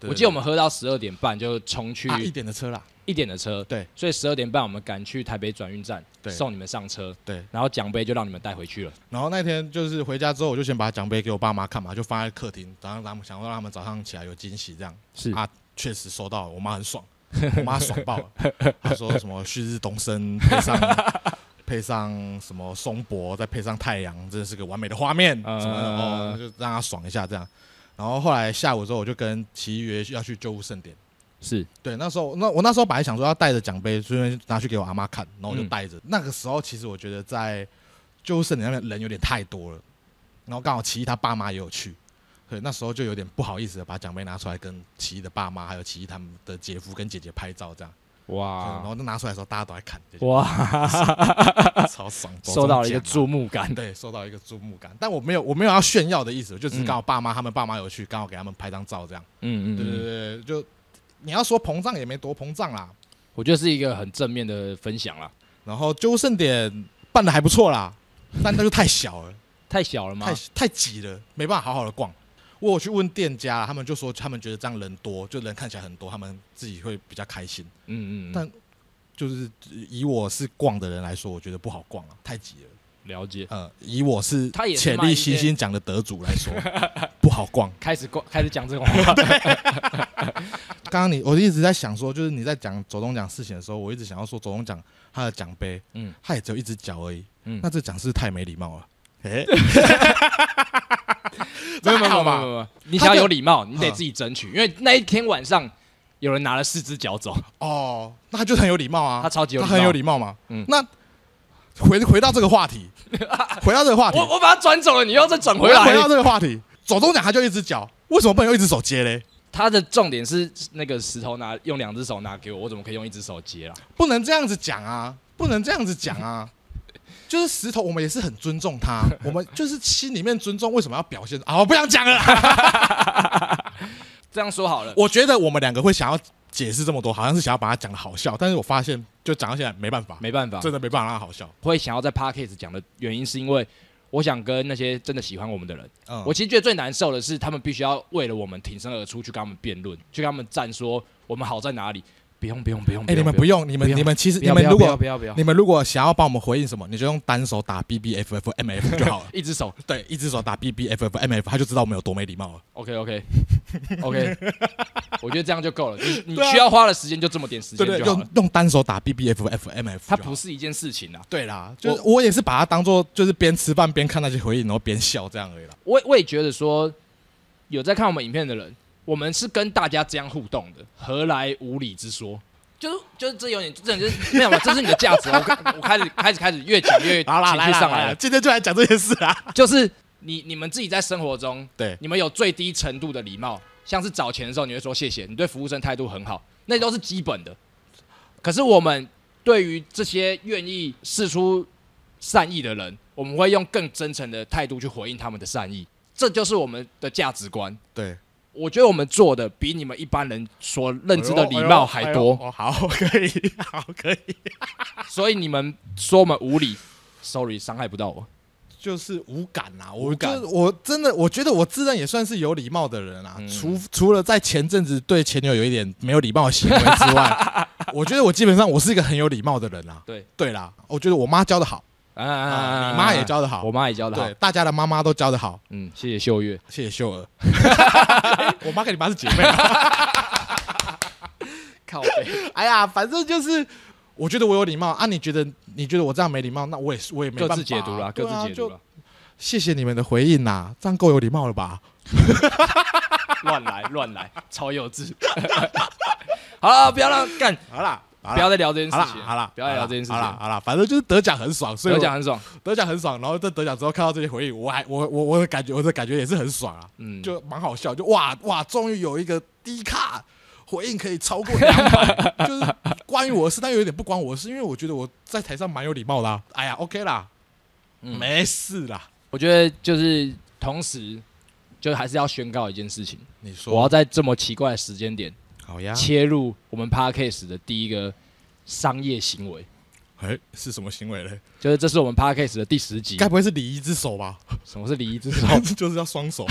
Speaker 2: 对
Speaker 3: 我记得我们喝到十二点半就冲去
Speaker 2: 啊一点的车啦，
Speaker 3: 一点的车，
Speaker 2: 对，
Speaker 3: 所以十二点半我们赶去台北转运站，
Speaker 2: 对
Speaker 3: 送你们上车，
Speaker 2: 对。
Speaker 3: 然后奖杯就让你们带回去了。
Speaker 2: 然后那天就是回家之后，我就先把奖杯给我爸妈看嘛，就放在客厅，早上他们想让他们早上起来有惊喜这样。
Speaker 3: 是
Speaker 2: 啊，确实收到了，我妈很爽，我妈爽爆了。她说什么旭日东升，配上 配上什么松柏，再配上太阳，真的是个完美的画面。
Speaker 3: 呃
Speaker 2: 什么的哦，就让她爽一下这样。然后后来下午之后，我就跟奇约要去救护盛典。
Speaker 3: 是，
Speaker 2: 对，那时候那我那时候本来想说要带着奖杯，顺便拿去给我阿妈看，然后我就
Speaker 3: 嗯
Speaker 2: 带着。那个时候其实我觉得在救护盛典那边人有点太多了，然后刚好奇艺他爸妈也有去，对，那时候就有点不好意思的把奖杯拿出来跟奇艺的爸妈还有奇艺他们的姐夫跟姐姐拍照这样，对然
Speaker 3: 哇
Speaker 2: 后就拿出来的时候大家都在看，就觉
Speaker 3: 啊哇，
Speaker 2: 得超 爽，
Speaker 3: 受到了一个
Speaker 2: 注
Speaker 3: 注目感。
Speaker 2: 啊对，受到一个注目感，但我没有我没有要炫耀的意思，我就只是
Speaker 3: 嗯
Speaker 2: 刚好爸妈他们爸妈有去，刚好给他们拍张照这样，
Speaker 3: 嗯嗯，
Speaker 2: 对对
Speaker 3: 嗯，
Speaker 2: 对，对就你要说膨胀也没多膨胀啦。
Speaker 3: 我觉得是一个很正面的分享啦。
Speaker 2: 然后纠正点办的还不错 啦，但那就太小了，
Speaker 3: 太小了吗
Speaker 2: 太？太挤了，没办法好好的逛。我有去问店家，他们就说他们觉得这样人多，就人看起来很多，他们自己会比较开心。
Speaker 3: 嗯嗯
Speaker 2: 但
Speaker 3: 嗯，
Speaker 2: 就是以我是逛的人来说，我觉得不好逛啊，太挤了。
Speaker 3: 了解。
Speaker 2: 呃，以我是
Speaker 3: 他也是
Speaker 2: 潜
Speaker 3: 卖
Speaker 2: 力
Speaker 3: 一
Speaker 2: 新
Speaker 3: 些
Speaker 2: 星奖的得主来说，不好逛。
Speaker 3: 开始过，开始讲这种话。
Speaker 2: 刚刚你我一直在想说，就是你在讲左东奖事情的时候，我一直想要说左东奖他的奖杯，嗯
Speaker 3: 嗯，
Speaker 2: 他也只有一只脚而已，嗯
Speaker 3: 嗯，
Speaker 2: 那这奖是太没礼貌了。 哎、
Speaker 3: 没有没有没
Speaker 2: 好
Speaker 3: 有没
Speaker 2: 吧
Speaker 3: 有没有，你想要有礼貌，你得
Speaker 2: 嗯
Speaker 3: 自己争取。因为那一天晚上，有人拿了四只脚走，
Speaker 2: 哦，那他就很有礼貌啊，
Speaker 3: 他超级有
Speaker 2: 他
Speaker 3: 礼貌
Speaker 2: 很有礼貌嘛。嗯
Speaker 3: 嗯，
Speaker 2: 那回回到这个话 题，回到这个话题，
Speaker 3: 我我把它转走了，你又再转回
Speaker 2: 回到
Speaker 3: 来。
Speaker 2: 这个话题，左东奖他就一只脚，为什么不能用一只手接嘞？
Speaker 3: 他的重点是那个石头拿用两只手拿给我，我怎么可以用一只手接啦？
Speaker 2: 不能这样子讲啊，不能这样子讲啊。就是石头，我们也是很尊重 他，我们就是心里面尊重，为什么要表现？啊，我不想讲了 啦。
Speaker 3: 这样说好了，
Speaker 2: 我觉得我们两个会想要解释这么多，好像是想要把它讲的好笑，但是我发现就讲到现在没办法，
Speaker 3: 没办法，
Speaker 2: 真的没办法让它好笑。
Speaker 3: 会想要在 podcast 讲的原因，是因为我想跟那些真的喜欢我们的人，
Speaker 2: 嗯，
Speaker 3: 我其实觉得最难受的是，他们必须要为了我们挺身而出，去跟他们辩论，去跟他们站说我们好在哪里。不用不用不用，
Speaker 2: 哎，你们不
Speaker 3: 用，
Speaker 2: 用，你们
Speaker 3: 不要
Speaker 2: 你们其实
Speaker 3: 不
Speaker 2: 你
Speaker 3: 要
Speaker 2: 们如
Speaker 3: 不要
Speaker 2: 果
Speaker 3: 不要不要，
Speaker 2: 你们如果想要帮我们回应什么，你就用单手打 B B F F M F 就好了
Speaker 3: 。一只手
Speaker 2: 对，一只手打 B B F F M F，他就知道我们有多没礼貌了。
Speaker 3: ，OK OK OK，我觉得这样就够了。你你
Speaker 2: 对啊
Speaker 3: 需要花的时间就这么点时
Speaker 2: 对
Speaker 3: 间
Speaker 2: 对，
Speaker 3: 就
Speaker 2: 用
Speaker 3: 好了，
Speaker 2: 用单手打 B B F F M F，
Speaker 3: 它不是一件事情啊。
Speaker 2: 对啦，就是我也是把它当做就是边吃饭边看那些回应，然后边笑这样而已啦。
Speaker 3: 我也我也觉得说，有在看我们影片的人，我们是跟大家这样互动的，何来无理之说？就是就是这有点，这就是没有嘛，这是你的价值。啊我开我开始开始开始越讲越情
Speaker 2: 好啦，来
Speaker 3: 绪
Speaker 2: 啦
Speaker 3: 上
Speaker 2: 来
Speaker 3: 来
Speaker 2: 啦，
Speaker 3: 了，
Speaker 2: 今天就来讲这件事啊啦。
Speaker 3: 就是你你们自己在生活中，
Speaker 2: 对
Speaker 3: 你们有最低程度的礼貌，像是找钱的时候你会说谢谢，你对服务生态度很好，那都是基本的。可是我们对于这些愿意示出善意的人，我们会用更真诚的态度去回应他们的善意，这就是我们的价值观。
Speaker 2: 对，
Speaker 3: 我觉得我们做的比你们一般人所认知的礼貌还多，
Speaker 2: 哎呦。哎呦哦，好， 可以，好，可以，
Speaker 3: 所以你们说我们无理，sorry，伤害不到我。
Speaker 2: 就是无感啦。我
Speaker 3: 无感
Speaker 2: 就是我真的，我觉得我自认也算是有礼貌的人啦。
Speaker 3: 嗯
Speaker 2: 除除了在前阵子对前女友有一点没有礼貌的行为之外， 我觉得我基本上我是一个很有礼貌的人啦。
Speaker 3: 对，
Speaker 2: 对啦，我觉得我妈教的好，啊
Speaker 3: 啊，
Speaker 2: 你妈也教的好
Speaker 3: 我，妈也教的好
Speaker 2: 对，。大家的妈妈都教的好。
Speaker 3: 嗯，谢谢秀月。
Speaker 2: 谢谢秀儿， 我妈跟你妈是姐妹啊。
Speaker 3: 靠背，
Speaker 2: 哎呀，反正就是，我觉得我有礼貌啊。你觉得你觉得我这样没礼貌，那我也是我也没办
Speaker 3: 各
Speaker 2: 法、啊。
Speaker 3: 自解读啦，各
Speaker 2: 对啊
Speaker 3: 自解读
Speaker 2: 就
Speaker 3: 啦，
Speaker 2: 谢谢你们的回应呐、这样够有礼貌了吧？
Speaker 3: 乱来乱来，超幼稚。好了，不要让干，
Speaker 2: 好啦，好
Speaker 3: 不要再聊这件
Speaker 2: 好啦，
Speaker 3: 事情，
Speaker 2: 好啦，
Speaker 3: 不要再聊这件事
Speaker 2: 好啦，
Speaker 3: 情。
Speaker 2: 好啦，反正就是得奖很爽，所以
Speaker 3: 得
Speaker 2: 我
Speaker 3: 奖很爽，
Speaker 2: 得奖很爽。然后在得奖之后看到这些回应，我还我我我的感觉，我的感觉也是很爽啊，
Speaker 3: 嗯，
Speaker 2: 就蛮好笑，就哇哇，终于有一个低卡。回应可以超过两百， 就是关于我的事，但又有点不关我的事，因为我觉得我在台上蛮有礼貌的、啊。哎呀，OK 啦，
Speaker 3: 嗯
Speaker 2: 没事啦。
Speaker 3: 我觉得就是同时，就还是要宣告一件事情，
Speaker 2: 你说
Speaker 3: 我要在这么奇怪的时间点
Speaker 2: 好呀
Speaker 3: 切入我们 podcast 的第一个商业行为，
Speaker 2: 哎、是什么行为嘞？
Speaker 3: 就是这是我们 podcast 的第十 集
Speaker 2: 该，不会是礼仪之手吧？
Speaker 3: 什么是礼仪之手
Speaker 2: 就是要双 手。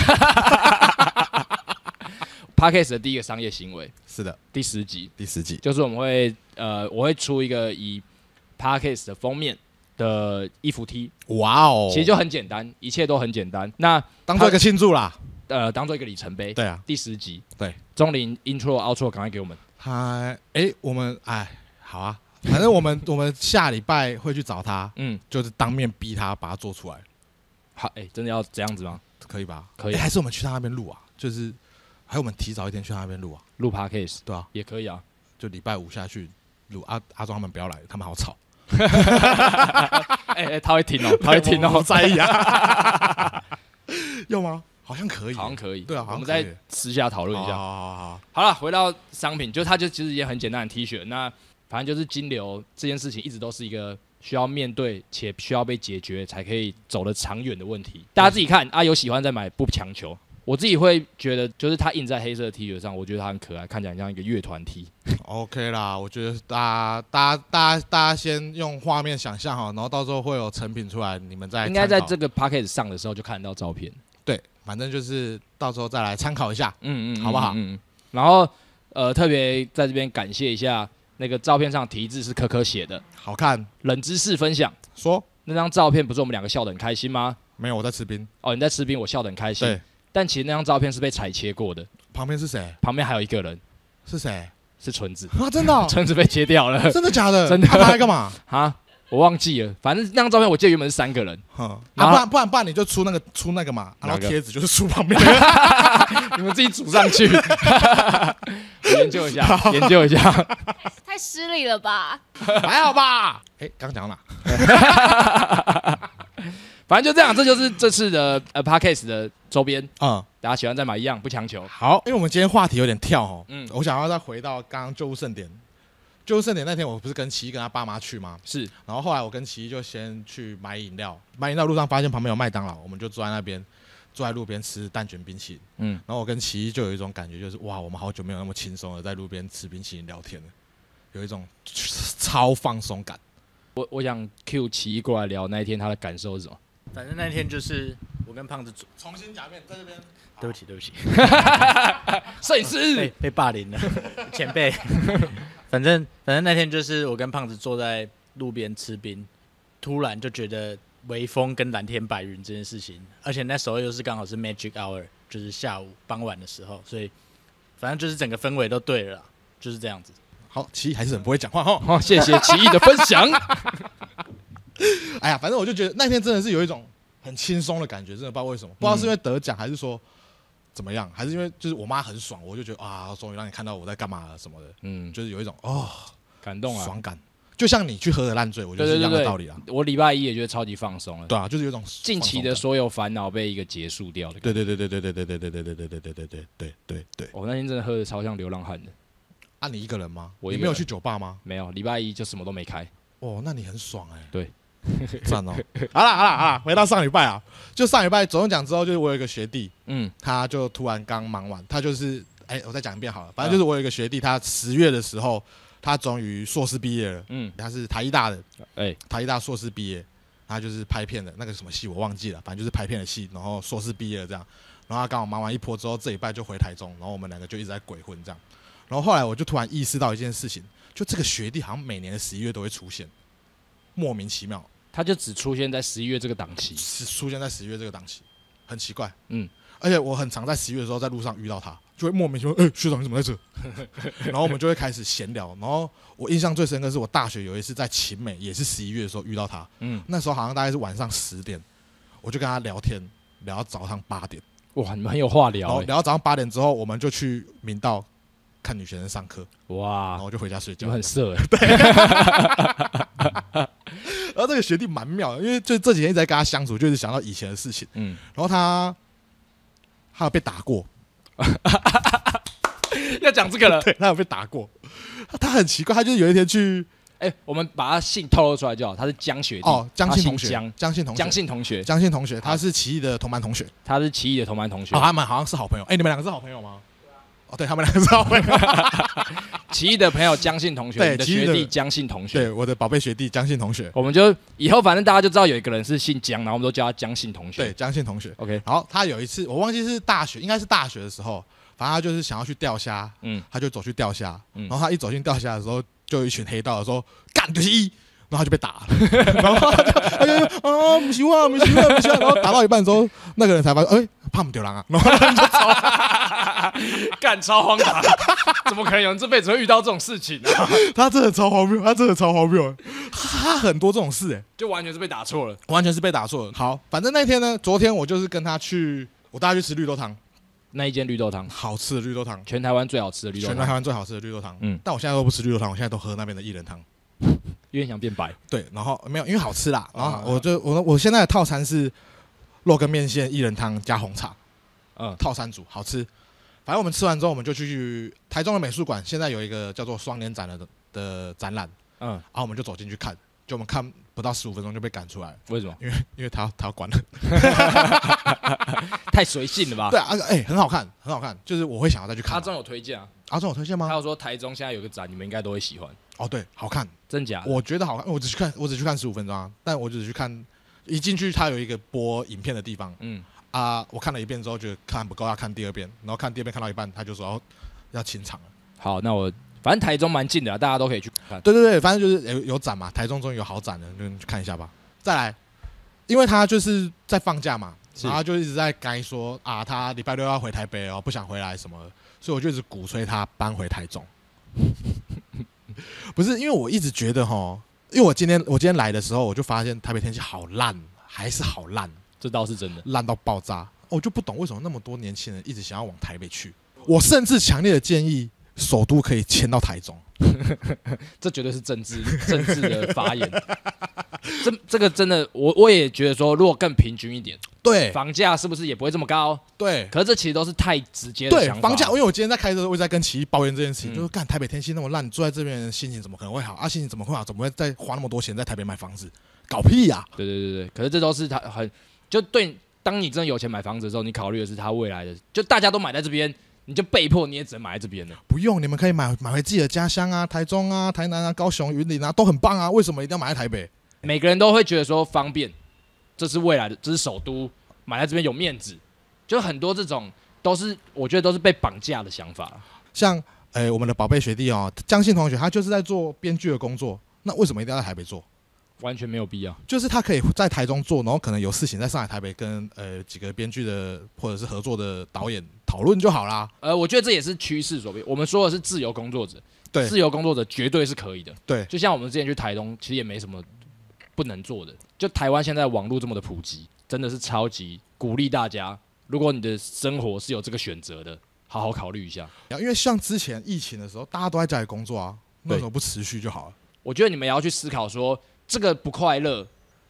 Speaker 3: podcast 的第一个商业行为，
Speaker 2: 是的，
Speaker 3: 第十集，
Speaker 2: 第十集。
Speaker 3: 就是我们会呃，我会出一个以 podcast 的封面的衣服 T，
Speaker 2: 哇哦，
Speaker 3: 其实就很简单，一切都很简单。那
Speaker 2: 当做一个庆祝啦。
Speaker 3: 呃，当做一个里程碑。
Speaker 2: 对啊，
Speaker 3: 第十集，
Speaker 2: 对，
Speaker 3: 钟林 intro 啊 outro 赶快给我们。
Speaker 2: 嗨，哎，我们哎，好啊，反正我们 我们下礼拜会去找他，
Speaker 3: 嗯，
Speaker 2: 就是当面逼他把它做出来，
Speaker 3: 好，哎、真的要这样子吗？
Speaker 2: 可以吧？
Speaker 3: 可以
Speaker 2: 哎还是我们去他那边录啊？就是还有我们提早一天去他那边录啊？
Speaker 3: 录 podcast
Speaker 2: 对啊，
Speaker 3: 也可以啊，
Speaker 2: 就礼拜五下去录。阿阿庄他们不要来，他们好吵。
Speaker 3: 哎、哎、他会听 哦，他会听
Speaker 2: 我
Speaker 3: 哦
Speaker 2: 不，在意啊。要吗？好像可以，
Speaker 3: 好像可以，
Speaker 2: 对啊好像
Speaker 3: 我们
Speaker 2: 可以
Speaker 3: 再私下讨论
Speaker 2: 好
Speaker 3: 一下。
Speaker 2: 好好好好。
Speaker 3: 好了，回到商品，就它就其实也很简单的 T 恤。那反正就是金流这件事情，一直都是一个需要面对且需要被解决才可以走得长远的问题。大家自己看啊，有喜欢再买，不强求。我自己会觉得，就是它印在黑色的 T 恤上，我觉得它很可爱，看起来很像一个乐团 T。
Speaker 2: OK 啦，我觉得大家、大家、大家、大家先用画面想象好，然后到时候会有成品出来，你们再
Speaker 3: 应该在这
Speaker 2: 参考
Speaker 3: 个 p a c k a g e 上的时候就看得到照片，
Speaker 2: 对，反正就是到时候再来参考一下。
Speaker 3: 嗯嗯
Speaker 2: 好不好
Speaker 3: 嗯。嗯然后呃，特别在这边感谢一下那个照片上题字是可可写的，
Speaker 2: 好看，
Speaker 3: 冷知识分享
Speaker 2: 说
Speaker 3: 那张照片，不是我们两个笑得很开心吗？
Speaker 2: 没有我在吃冰，
Speaker 3: 哦，你在吃冰，我笑得很开心。
Speaker 2: 对，
Speaker 3: 但其实那张照片是被裁切过的，
Speaker 2: 旁边是谁？
Speaker 3: 旁边还有一个人
Speaker 2: 是谁？
Speaker 3: 是纯子，
Speaker 2: 啊，真的哦、
Speaker 3: 纯子被切掉了
Speaker 2: 真的假的？
Speaker 3: 真的
Speaker 2: 啊他来干嘛？
Speaker 3: 哈，我忘记了，反正那张照片我记得原本是三 个人，
Speaker 2: 哼，啊，不
Speaker 3: 然后
Speaker 2: 然不然不然你就出那个出那个嘛，啊然后
Speaker 3: 哪个
Speaker 2: 贴纸就是出旁边。
Speaker 3: 你们自己组上去， 我研究一下，研究一下。
Speaker 5: 太失礼了吧？
Speaker 2: 还好吧？哎，刚讲到哪？
Speaker 3: 反正就这样，这就是这次的呃 podcast 的周边，
Speaker 2: 嗯，
Speaker 3: 大家喜欢再买一样，不强求。
Speaker 2: 好，因为我们今天话题有点跳哦，
Speaker 3: 嗯
Speaker 2: 我想要再回到刚刚旧物盛典，就盛典那天，我不是跟奇一跟他爸妈去吗？
Speaker 3: 是
Speaker 2: 然后后来我跟奇一就先去买饮料，买饮料路上发现旁边有麦当劳，我们就坐在那边，坐在路边吃蛋卷冰淇淋。
Speaker 3: 嗯，
Speaker 2: 然后我跟奇一就有一种感觉，就是哇，我们好久没有那么轻松的在路边吃冰淇淋聊天了，有一种超放松感。
Speaker 3: 我我想 Q 奇一过来聊那一天他的感受是什么？
Speaker 4: 反正那天就是我跟胖子组，
Speaker 2: 重新假面在这边，
Speaker 4: 对不起，对不起，
Speaker 3: 摄影师、
Speaker 2: 哎
Speaker 4: 被被霸 凌了，前辈。反正反正那天就是我跟胖子坐在路边吃冰，突然就觉得微风跟蓝天白云这件事情，而且那时候又是刚好是 magic hour，就是下午傍晚的时候，所以反正就是整个氛围都对了啦，就是这样子。
Speaker 2: 好，奇一还是很不会讲话哈。
Speaker 3: 好，哦谢谢奇异的分享。
Speaker 2: 哎呀，反正我就觉得那天真的是有一种很轻松的感觉，真的不知道为什么，不知道是
Speaker 3: 嗯
Speaker 2: 因为得奖还是说怎么样，还是因为就是我妈很爽，我就觉得啊，终于让你看到我在干嘛了什么的，
Speaker 3: 嗯，
Speaker 2: 就是有一种哦
Speaker 3: 感动啊！
Speaker 2: 爽感，就像你去喝的烂醉，我觉得是一样的道理啊。
Speaker 3: 我礼拜一也觉得超级放松了，
Speaker 2: 对啊，就是有一种
Speaker 3: 近期的所有烦恼被一个结束掉的感觉。
Speaker 2: 放
Speaker 3: 哦
Speaker 2: 松感，对对对对对对对对对对对对对对对对对对。
Speaker 3: 我、那天真的喝的超像流浪汉的，
Speaker 2: 啊，你一个人吗？
Speaker 3: 我一
Speaker 2: 你
Speaker 3: 个
Speaker 2: 没
Speaker 3: 人
Speaker 2: 有去酒吧吗？
Speaker 3: 没有，礼拜一就什么都没开。
Speaker 2: 哦，那你很爽哎、
Speaker 3: 对，
Speaker 2: 赞 哦。好啦好啦好啦，回到上礼拜啊，就上礼拜总共讲之后，就是我有一个学弟，
Speaker 3: 嗯，
Speaker 2: 他就突然刚忙完，他就是哎，我再讲一遍好了，反正就是我有一个学弟，他十月的时候，他终于硕士毕业了，
Speaker 3: 嗯，
Speaker 2: 他是台医大的，
Speaker 3: 哎、
Speaker 2: 台医大硕士毕业，他就是拍片的那个什么戏我忘记了，反正就是拍片的戏，然后硕士毕业了这样，然后他刚好忙完一波之后，这礼拜就回台中，然后我们两个就一直在鬼混这样，然后后来我就突然意识到一件事情，就这个学弟好像每年的十一月都会出现，莫名其妙
Speaker 3: 他就只出现在十一月这个档期。
Speaker 2: 是出现在十一月这个档期，很奇怪，
Speaker 3: 嗯，
Speaker 2: 而且我很常在十一月的时候在路上遇到他。就会莫名其妙，哎、学长你怎么在这？ 然后我们就会开始闲聊。然后我印象最深刻是我大学有一次在秦美，也是十一月的时候遇到他，
Speaker 3: 嗯，
Speaker 2: 那时候好像大概是晚上十点，我就跟他聊天，聊到早上八点，
Speaker 3: 哇，你们很有
Speaker 2: 然后
Speaker 3: 话聊、欸。
Speaker 2: 聊到早上八点之后，我们就去明道看女学生上课，然
Speaker 3: 哇
Speaker 2: 后，我就回家睡
Speaker 3: 你
Speaker 2: 觉。
Speaker 3: 们很色、欸。
Speaker 2: 然后这个学弟蛮妙的，因为就这几天一直在跟他相处，就是想到以前的事情。
Speaker 3: 嗯，
Speaker 2: 然后他他有被打过，
Speaker 3: 要讲这个了。
Speaker 2: 对他有被打过，他很奇怪，他就是有一天去
Speaker 3: 哎、我们把他姓透露出来就好。他是江学弟，
Speaker 2: 哦江
Speaker 3: 他
Speaker 2: 信
Speaker 3: 姓
Speaker 2: 同学，
Speaker 3: 江
Speaker 2: 江信同学，
Speaker 3: 江信同学，
Speaker 2: 江信同学，他是奇异的同班同学，
Speaker 3: 他是奇异的同班同 学
Speaker 2: 哦，。他们好像是好朋友。哎，你们两个是好朋友吗？哦，对他们两个是 好朋友。
Speaker 3: 奇异的朋友江信同学，
Speaker 2: 对
Speaker 3: 你的
Speaker 2: 奇异
Speaker 3: 学
Speaker 2: 的
Speaker 3: 弟江信同学。
Speaker 2: 对，我的宝贝学弟江信同学，
Speaker 3: 我们就以后反正大家就知道有一个人是姓江，然后我们都叫他江信同学。
Speaker 2: 对江信同学。
Speaker 3: ，OK，
Speaker 2: 然后他有一次，我忘记是大学，应该是大学的时候，反正他就是想要去钓虾，
Speaker 3: 嗯，
Speaker 2: 他就走去钓虾，
Speaker 3: 嗯
Speaker 2: 然后他一走进钓虾的时候，就有一群黑道的说干就是一，然后他就被打了， 然后他就他就啊不行啊不行啊不行啊，然后打到一半之后，那个人才发现哎怕姆丢狼啊， 然后
Speaker 3: 干超荒唐， 怎么可能有人这辈子会遇到这种事情呢、啊
Speaker 2: 他真的超荒谬，他真的超荒谬，他很多这种事哎、
Speaker 3: 就完全是被打错了。
Speaker 2: 完全是被打错了。好，反正那天呢，昨天我就是跟他去，我带他去吃绿豆汤，
Speaker 3: 那一间绿豆汤，
Speaker 2: 好吃的绿豆汤。
Speaker 3: 全台湾最好吃的绿豆
Speaker 2: 全台
Speaker 3: 汤，
Speaker 2: 湾最好吃的绿豆汤，
Speaker 3: 嗯
Speaker 2: 但我现在都不吃绿豆汤，我现在都喝那边的薏仁汤。
Speaker 3: 有点想变白。
Speaker 2: 对，然后没有，因为好吃啦。然
Speaker 3: 啊
Speaker 2: 后我就我我现在的套餐是肉羹面线、薏仁汤加红茶，
Speaker 3: 嗯
Speaker 2: 套餐组好吃。反正我们吃完之后，我们就去台中的美术馆，现在有一个叫做双年展的的展览，
Speaker 3: 嗯，
Speaker 2: 然后我们就走进去看，就我们看不到十五分钟就被赶出来了，
Speaker 3: 为什么？
Speaker 2: 因为因为他要他要关了。
Speaker 3: 太随性了吧？
Speaker 2: 对啊，哎、很好看，很好看，就是我会想要再去看
Speaker 3: 阿
Speaker 2: 啊。
Speaker 3: 中有推荐啊，
Speaker 2: 阿忠有推荐
Speaker 3: 他
Speaker 2: 吗？
Speaker 3: 有说台中现在有个展，你们应该都会喜欢，
Speaker 2: 哦，对，好看，
Speaker 3: 真假的？
Speaker 2: 我觉得好看，我只去看，我只去看十五分钟啊，但我只去看，一进去它有一个播影片的地方
Speaker 3: 嗯，
Speaker 2: 啊，我看了一遍之后觉得看不够，要看第二遍，然后看第二遍看到一半，他就说要要清场了。
Speaker 3: 好，那我反正台中蛮近的啊啦，大家都可以去看。
Speaker 2: 对对对，反正就是有有展嘛，台中终于有好展了，就去看一下吧。再来，因为他就是在放假嘛，
Speaker 3: 是
Speaker 2: 然后他就一直在该说啊，他礼拜六要回台北哦，不想回来什么的，所以我就一直鼓吹他搬回台中。 不是因为我一直觉得哈，因为我今天我今天来的时候，我就发现台北天气好烂，还是好烂，
Speaker 3: 这倒是真的。
Speaker 2: 烂到爆炸。我就不懂为什么那么多年轻人一直想要往台北去。我甚至强烈的建议，首都可以迁到台中。
Speaker 3: 这绝对是政治政治的发言。这这个真的，我我也觉得说，如果更平均一点，
Speaker 2: 对
Speaker 3: 房价是不是也不会这么高？
Speaker 2: 对
Speaker 3: 可是这其实都是太直接的
Speaker 2: 对
Speaker 3: 想，法。
Speaker 2: 房价，因为我今天在开车的时候，我一直在跟奇艺抱怨这件事情，
Speaker 3: 嗯
Speaker 2: 就是干台北天气那么烂，住在这边的心情怎么可能会好？啊，心情怎么会好？怎么会再花那么多钱在台北买房子？搞屁呀、
Speaker 3: 对对对对，可是这都是他很就对，当你真的有钱买房子的时候，你考虑的是他未来的，就大家都买在这边，你就被迫你也只能买在这边了。
Speaker 2: 不用，你们可以买买回自己的家乡啊，台中啊、台南啊、高雄、云林啊，都很棒啊，为什么一定要买在台北？
Speaker 3: 每个人都会觉得说方便，这是未来的，这是首都，买在这边有面子，就很多这种都是我觉得都是被绑架的想法。
Speaker 2: 像诶、我们的宝贝学弟哦，江信同学，他就是在做编剧的工作，那为什么一定要在台北做？
Speaker 3: 完全没有必要，
Speaker 2: 就是他可以在台中做，然后可能有事情在上海、台北跟呃几个编剧的或者是合作的导演讨论就好啦。
Speaker 3: 呃，我觉得这也是趋势所为。我们说的是自由工作者，
Speaker 2: 对
Speaker 3: 自由工作者绝对是可以的。
Speaker 2: 对
Speaker 3: 就像我们之前去台东，其实也没什么不能做的。就台湾现在网络这么的普及，真的是超级鼓励大家，如果你的生活是有这个选择的，好好考虑一下。
Speaker 2: 然后因为像之前疫情的时候，大家都在家里工作啊，那为什么不持续就好了？
Speaker 3: 我觉得你们也要去思考说，这个不快乐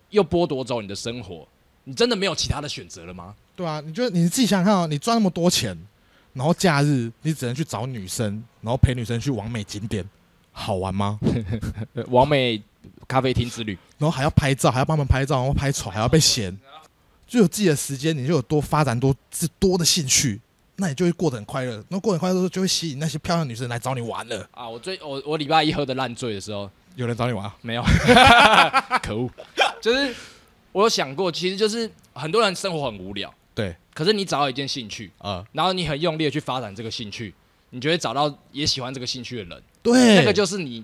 Speaker 3: 又剥夺走你的生活，你真的没有其他的选择了吗？
Speaker 2: 对啊，你觉得你自己想想看哦，你赚那么多钱，然后假日你只能去找女生，然后陪女生去完美景点，好玩吗？
Speaker 3: 呃完美咖啡厅之旅，
Speaker 2: 然后还要拍照，还要帮他们拍照，然后拍丑还要被嫌，就有自己的时间，你就有多发展多自多的兴趣，那你就会过得很快乐。那过得很快乐的时候，就会吸引那些漂亮的女生来找你玩了。
Speaker 3: 啊，我最我我礼拜一喝的烂醉的时候，
Speaker 2: 有人找你玩啊？
Speaker 3: 没有，可恶！就是我有想过，其实就是很多人生活很无聊，
Speaker 2: 对，
Speaker 3: 可是你找到一件兴趣，
Speaker 2: 啊、
Speaker 3: 然后你很用力的去发展这个兴趣，你就会找到也喜欢这个兴趣的人，
Speaker 2: 对，
Speaker 3: 那个就是你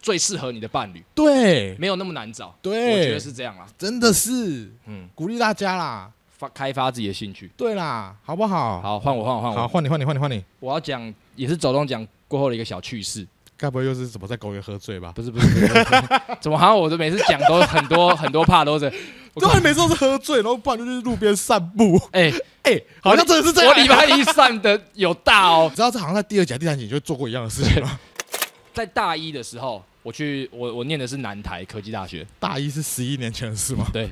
Speaker 3: 最适合你的伴侣，
Speaker 2: 对，
Speaker 3: 没有那么难找。
Speaker 2: 对
Speaker 3: 我觉得是这样啦。
Speaker 2: 真的是
Speaker 3: 嗯，
Speaker 2: 鼓励大家啦，
Speaker 3: 发开发自己的兴趣。
Speaker 2: 对啦，好不好？
Speaker 3: 好，换我，换我，换
Speaker 2: 好，
Speaker 3: 我。
Speaker 2: 换你，换你，换你，换你。
Speaker 3: 我要讲也是走动讲过后的一个小趣事，
Speaker 2: 该不会又是怎么在公园喝醉吧？
Speaker 3: 不是不是，不是不是 怎么好像我都每次讲都很多 很多怕都是，我
Speaker 2: 对，啊每次都是喝醉，然后不然就是路边散步。
Speaker 3: 哎、
Speaker 2: 哎、好像真的是这样。
Speaker 3: 我礼拜一上的有大哦
Speaker 2: 你。知道这好像在第二集、第三集你就做过一样的事 情吗？
Speaker 3: 在大一的时候，我去我我念的是南台科技大学，
Speaker 2: 大一是十一年前的事 吗？
Speaker 3: 对，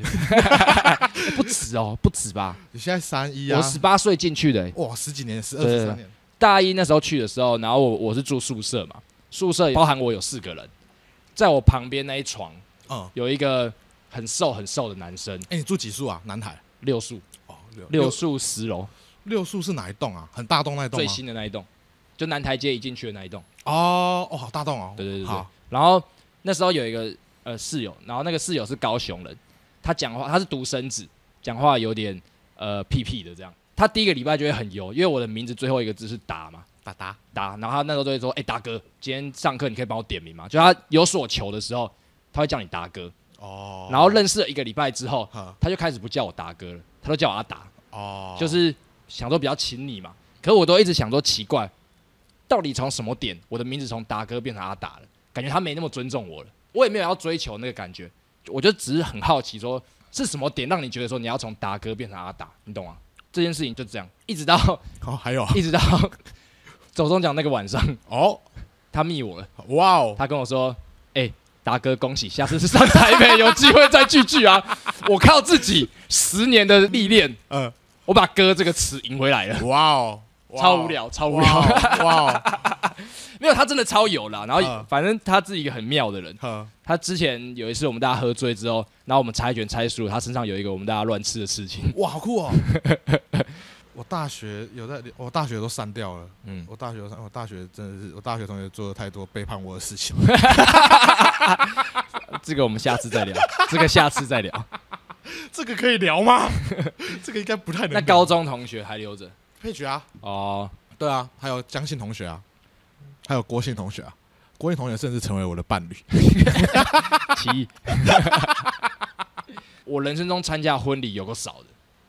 Speaker 3: 不止哦，不止吧，
Speaker 2: 你现在三一啊
Speaker 3: 我，十八岁进去的欸、
Speaker 2: 哇，十几年，十二
Speaker 3: 对
Speaker 2: 十三年，
Speaker 3: 大一那时候去的时候，然后我我是住宿舍嘛，宿舍包含我有四个人，在我旁边那一床
Speaker 2: 嗯，
Speaker 3: 有一个很瘦很瘦的男生，
Speaker 2: 哎、你住几宿啊？南海
Speaker 3: 六宿
Speaker 2: 哦，
Speaker 3: 六宿十楼
Speaker 2: 六宿是哪一栋啊？很大栋那一栋
Speaker 3: 最
Speaker 2: 吗？
Speaker 3: 新的那一栋，就南台街一进去的那一栋，
Speaker 2: 哦哦，好大栋哦，
Speaker 3: 对对对对
Speaker 2: 好，。
Speaker 3: 然后那时候有一个呃室友，然后那个室友是高雄人，他讲话他是独生子，讲话有点呃屁屁的这样。他第一个礼拜就会很油，因为我的名字最后一个字是达嘛，
Speaker 2: 达达
Speaker 3: 达。然后他那时候就会说：“哎、达哥，今天上课你可以帮我点名吗？”就他有所求的时候，他会叫你达哥。
Speaker 2: 哦，
Speaker 3: 然后认识了一个礼拜之后，
Speaker 2: 呵
Speaker 3: 他就开始不叫我达哥了，他都叫我阿达。
Speaker 2: 哦，
Speaker 3: 就是想说比较亲你嘛。可我都一直想说奇怪，到底从什么点我的名字从达哥变成阿达了？感觉他没那么尊重我了，我也没有要追求那个感觉，我就只是很好奇说是什么点让你觉得说你要从达哥变成阿达，你懂吗？这件事情就这样，一直到
Speaker 2: 好、还有
Speaker 3: 一直到 走中奖那个晚上，
Speaker 2: 哦，
Speaker 3: 他密我了，
Speaker 2: 哇哦，
Speaker 3: 他跟我说：“哎、达哥，恭喜，下次是上台北有机会再聚聚啊！我靠自己十年的历练，
Speaker 2: 呃，
Speaker 3: 我把‘哥’这个词赢回来了。”
Speaker 2: 哇哦，哇哦
Speaker 3: 超无，聊，超无
Speaker 2: 哇
Speaker 3: 聊。
Speaker 2: 哦，哇哦，
Speaker 3: 没有，他真的超有啦。然后
Speaker 2: 嗯
Speaker 3: 反正他是一个很妙的人。
Speaker 2: 呵
Speaker 3: 他之前有一次我们大家喝醉之后，然后我们猜拳猜输了，他身上有一个我们大家乱吃的事情。
Speaker 2: 哇，好酷哦！我大学有在，我大学都删掉了。
Speaker 3: 嗯，
Speaker 2: 我大学有删，我大学真的是，我大学同学做了太多背叛我的事 情。
Speaker 3: 这个我们下次 再聊，这个下次再聊。
Speaker 2: 这个可以聊吗？ 这个应该不太能聊。
Speaker 3: 那高中同学还留着
Speaker 2: 配角啊，
Speaker 3: 哦，
Speaker 2: 对啊，还有江信同学啊，还有郭信同学啊，郭信同学甚至成为我的伴侣。
Speaker 3: 奇 异。我人生中参加婚礼有个少的，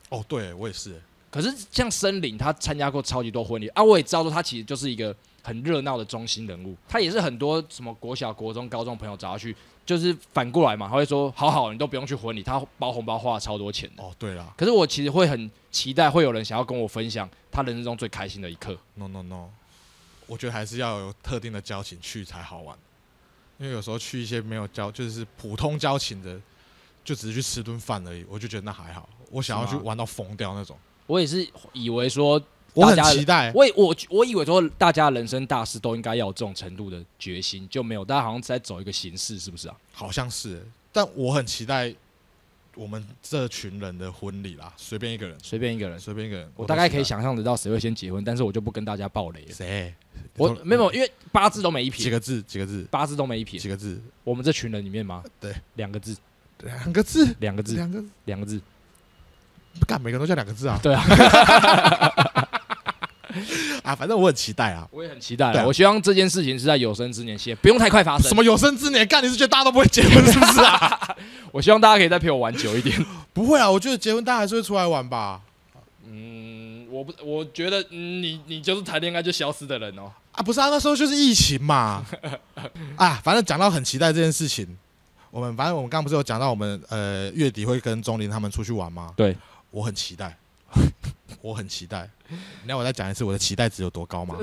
Speaker 2: 哦，对我也是。
Speaker 3: 可是像森林，他参加过超级多婚礼啊，我也知道说他其实就是一个很热闹的中心人物，他也是很多什么国小、国中、高中朋友找他去，就是反过来嘛，他会说好好，你都不用去婚礼，他包红包花了超多钱的。
Speaker 2: 哦，对啦
Speaker 3: 可是我其实会很期待会有人想要跟我分享他人生中最开心的一刻，
Speaker 2: ，no no no，我觉得还是要有特定的交情去才好玩，因为有时候去一些没有交，就是普通交情的，就只是去吃顿饭而已，我就觉得那还好。我想要去
Speaker 3: 是吗
Speaker 2: 玩到疯掉那种，
Speaker 3: 我也是以为说，
Speaker 2: 我很
Speaker 3: 大家
Speaker 2: 期待。
Speaker 3: 我以我我以为说，大家人生大事都应该要有这种程度的决心，就没有。大家好像在走一个形式，是不是啊？
Speaker 2: 好像是欸，但我很期待我们这群人的婚礼啦，随便一个人，
Speaker 3: 随便一个人，
Speaker 2: 随便一个人，
Speaker 3: 我
Speaker 2: 都
Speaker 3: 大概
Speaker 2: 期
Speaker 3: 可以
Speaker 2: 待
Speaker 3: 想象得到谁会先结婚，但是我就不跟大家爆雷了。
Speaker 2: 谁，
Speaker 3: 我
Speaker 2: 你都
Speaker 3: 没有，因为八字都没一
Speaker 2: 几
Speaker 3: 撇，
Speaker 2: 个字，几个字，
Speaker 3: 八字都没一撇
Speaker 2: 几。个字，
Speaker 3: 我们这群人里面吗？
Speaker 2: 对，
Speaker 3: 两个字，
Speaker 2: 两个字，
Speaker 3: 两个字，
Speaker 2: 两个，
Speaker 3: 两个字。
Speaker 2: 干每个人都叫两个字啊
Speaker 3: 对啊，
Speaker 2: 啊！反正我很期待啊。
Speaker 3: 我也很期待
Speaker 2: 对
Speaker 3: 啊。
Speaker 2: 啊
Speaker 3: 我希望这件事情是在有生之年先，不用太快发生
Speaker 2: 什。么有生之年？干你是觉得大家都不会结婚是不是 啊？
Speaker 3: 我希望大家可以再陪我玩久一点。
Speaker 2: 不会啊，我觉得结婚大家还是会出来玩吧。
Speaker 3: 嗯，我不，我觉得、嗯你你就是谈恋爱就消失的人哦。
Speaker 2: 啊，不是啊，那时候就是疫情嘛。啊，反正讲到很期待这件事情，我们反正我们刚刚不是有讲到我们呃月底会跟钟林他们出去玩吗？
Speaker 3: 对，
Speaker 2: 我很期待，我很期待。你要我再讲一次我的期待值有多高 吗？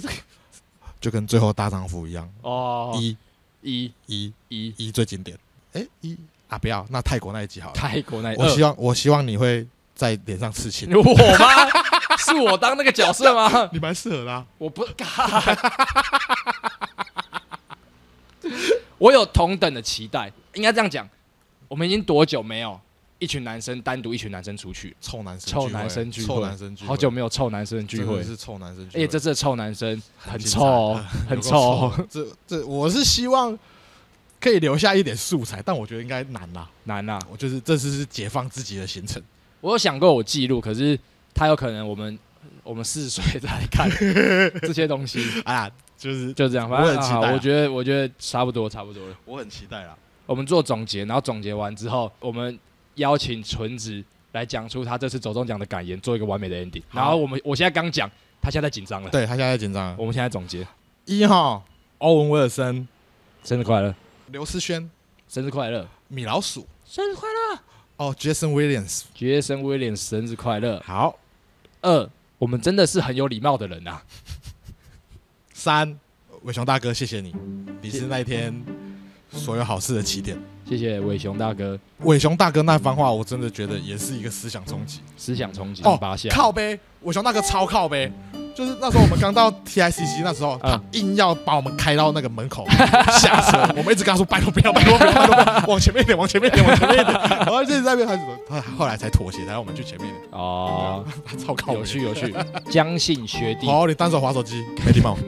Speaker 2: 就跟最后大丈夫一样，
Speaker 3: 哦，
Speaker 2: 一
Speaker 3: 一
Speaker 2: 一
Speaker 3: 一
Speaker 2: 一最经典。哎、一啊不要，那泰国那一集好了。
Speaker 3: 泰国那
Speaker 2: 我
Speaker 3: 二
Speaker 2: 希望我希望你会在脸上刺青，
Speaker 3: 我吗？是我当那个角色吗？
Speaker 2: 你蛮适合的、啊。
Speaker 3: 我 不，我有同等的期待，应该这样讲。我们已经多久没有一群男生单独一群男生出去？
Speaker 2: 臭男生聚会，
Speaker 3: 臭男生聚会，
Speaker 2: 臭男生聚会，
Speaker 3: 好久没有臭男生聚
Speaker 2: 真的
Speaker 3: 会。
Speaker 2: 是臭男生聚哎
Speaker 3: 而
Speaker 2: 会。
Speaker 3: 且这次的臭男生很
Speaker 2: 精
Speaker 3: 臭哦，
Speaker 2: 有
Speaker 3: 很
Speaker 2: 够
Speaker 3: 臭哦。
Speaker 2: 这这，我是希望可以留下一点素材，但我觉得应该难啦。
Speaker 3: 难啊！
Speaker 2: 我就是这次是解放自己的行 程，
Speaker 3: 我有想过我记录，可是他有可能我们我们四十岁再来看这些东西，
Speaker 2: 哎呀，就是
Speaker 3: 就这样。
Speaker 2: 我
Speaker 3: 反正
Speaker 2: 很期
Speaker 3: 啊
Speaker 2: 待啊
Speaker 3: 我觉得我觉得差不多差不多了。
Speaker 2: 我很期待啊啦。
Speaker 3: 我们做总结，然后总结完之后，我们邀请纯子来讲出他这次走中奖的感言，做一个完美的 ending。
Speaker 2: 好
Speaker 3: 然后我们我现在刚讲，他现在紧张了。，
Speaker 2: 对他现在紧张了。
Speaker 3: 我们现在总结，
Speaker 2: 一号欧文威尔森、
Speaker 3: 生日快乐，
Speaker 2: 刘思轩、
Speaker 3: 生日快乐，
Speaker 2: 米老鼠
Speaker 3: 生日快乐，
Speaker 2: 哦，Jason Williams。
Speaker 3: 杰森威廉生日快乐。
Speaker 2: 好，
Speaker 3: 二，我们真的是很有礼貌的人啊。
Speaker 2: 三伟雄大哥，谢谢你，你是那一天所有好事的起点。
Speaker 3: 谢谢伟雄大哥，
Speaker 2: 伟雄大哥那番话，我真的觉得也是一个思想冲击。
Speaker 3: 思想冲击
Speaker 2: 哦
Speaker 3: 八下，
Speaker 2: 靠背，伟雄大哥超靠背，就是那时候我们刚到 TICC 那时候，他
Speaker 3: 嗯
Speaker 2: 硬要把我们开到那个门口 下车，我们一直跟他说拜托不要，拜托不要，拜托不要， 往前面一点，往前面一点，往前面一 点，然后一直在那边开始，他后来才妥协，才让我们去前面一点，
Speaker 3: 哦，
Speaker 2: 他超靠背
Speaker 3: 有。趣有 趣，江姓学弟，
Speaker 2: 好，你单手滑手机，没礼貌。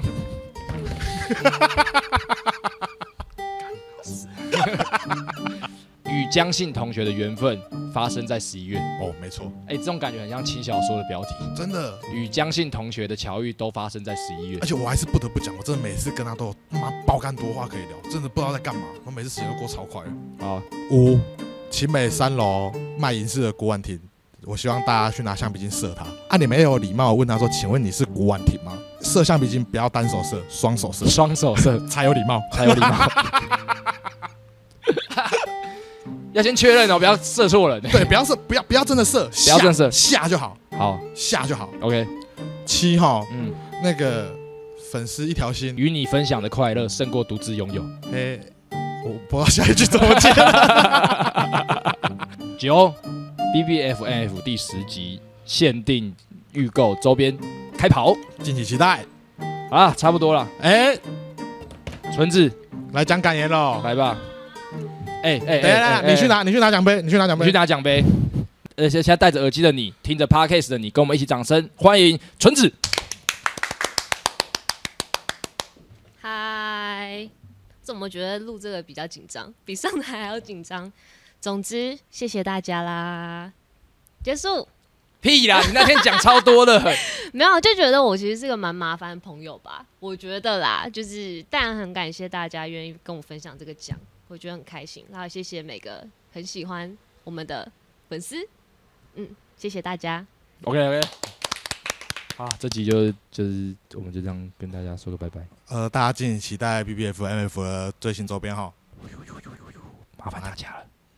Speaker 3: 与江姓同学的缘分发生在十一月，
Speaker 2: 哦，没错，
Speaker 3: 哎，这种感觉很像轻小说的标题。
Speaker 2: 真的，
Speaker 3: 与江姓同学的巧遇都发生在十一月
Speaker 2: 而。且我还是不得不讲，我真的每次跟他都有他妈爆干多话可以聊，真的不知道在干嘛，我每次时间都过超快的。
Speaker 3: 好，哦
Speaker 2: 五，秦美三楼卖银饰的古婉婷，我希望大家去拿橡皮筋射她。啊，你没有礼貌，问她说：“请问你是古婉婷吗？”射橡皮筋不要单手射，双手射
Speaker 3: 双手射
Speaker 2: 才有礼貌。
Speaker 3: 才 有礼貌。要先确认哦，不要射错人。
Speaker 2: 对，不要 射，不要不要真的射，不
Speaker 3: 要真的射
Speaker 2: 下就好，
Speaker 3: 好
Speaker 2: 下就好。
Speaker 3: ，OK，
Speaker 2: 七号
Speaker 3: 嗯，
Speaker 2: 那个粉丝一条心，
Speaker 3: 与你分享的快乐胜过独自拥有。
Speaker 2: 哎、我不知道下一句怎么 接。
Speaker 3: 九，B B F N F 第十集限定预购周边开跑
Speaker 2: 敬请期待。
Speaker 3: 啊，差不多了。
Speaker 2: 哎、
Speaker 3: 纯子，
Speaker 2: 来讲感言喽。
Speaker 3: 来吧。哎
Speaker 2: 等
Speaker 3: 哎
Speaker 2: 一下，
Speaker 3: 哎，
Speaker 2: 等一下你去
Speaker 3: 拿，
Speaker 2: 拿，你去拿奖杯，你去拿奖
Speaker 3: 你去
Speaker 2: 杯。
Speaker 3: 拿奖杯。而且现在戴着耳机的你，听着 podcast 的你，跟我们一起掌声欢迎纯子。
Speaker 5: 嗨，怎么觉得录这个比较紧张，比上台还要紧张？总之，谢谢大家啦。结束
Speaker 3: 屁啦！你那天讲超多的，
Speaker 5: 没有，就觉得我其实是个蛮麻烦的朋友吧。我觉得啦，就是但很感谢大家愿意跟我分享这个奖，我觉得很开心。然后谢谢每个很喜欢我们的粉丝，嗯，谢谢大家。
Speaker 3: OK OK，好，这集就就是我们就这样跟大家说个拜拜，
Speaker 2: 呃，大家敬请期待 B B F M F 的最新周边哈。
Speaker 3: 麻烦大家了。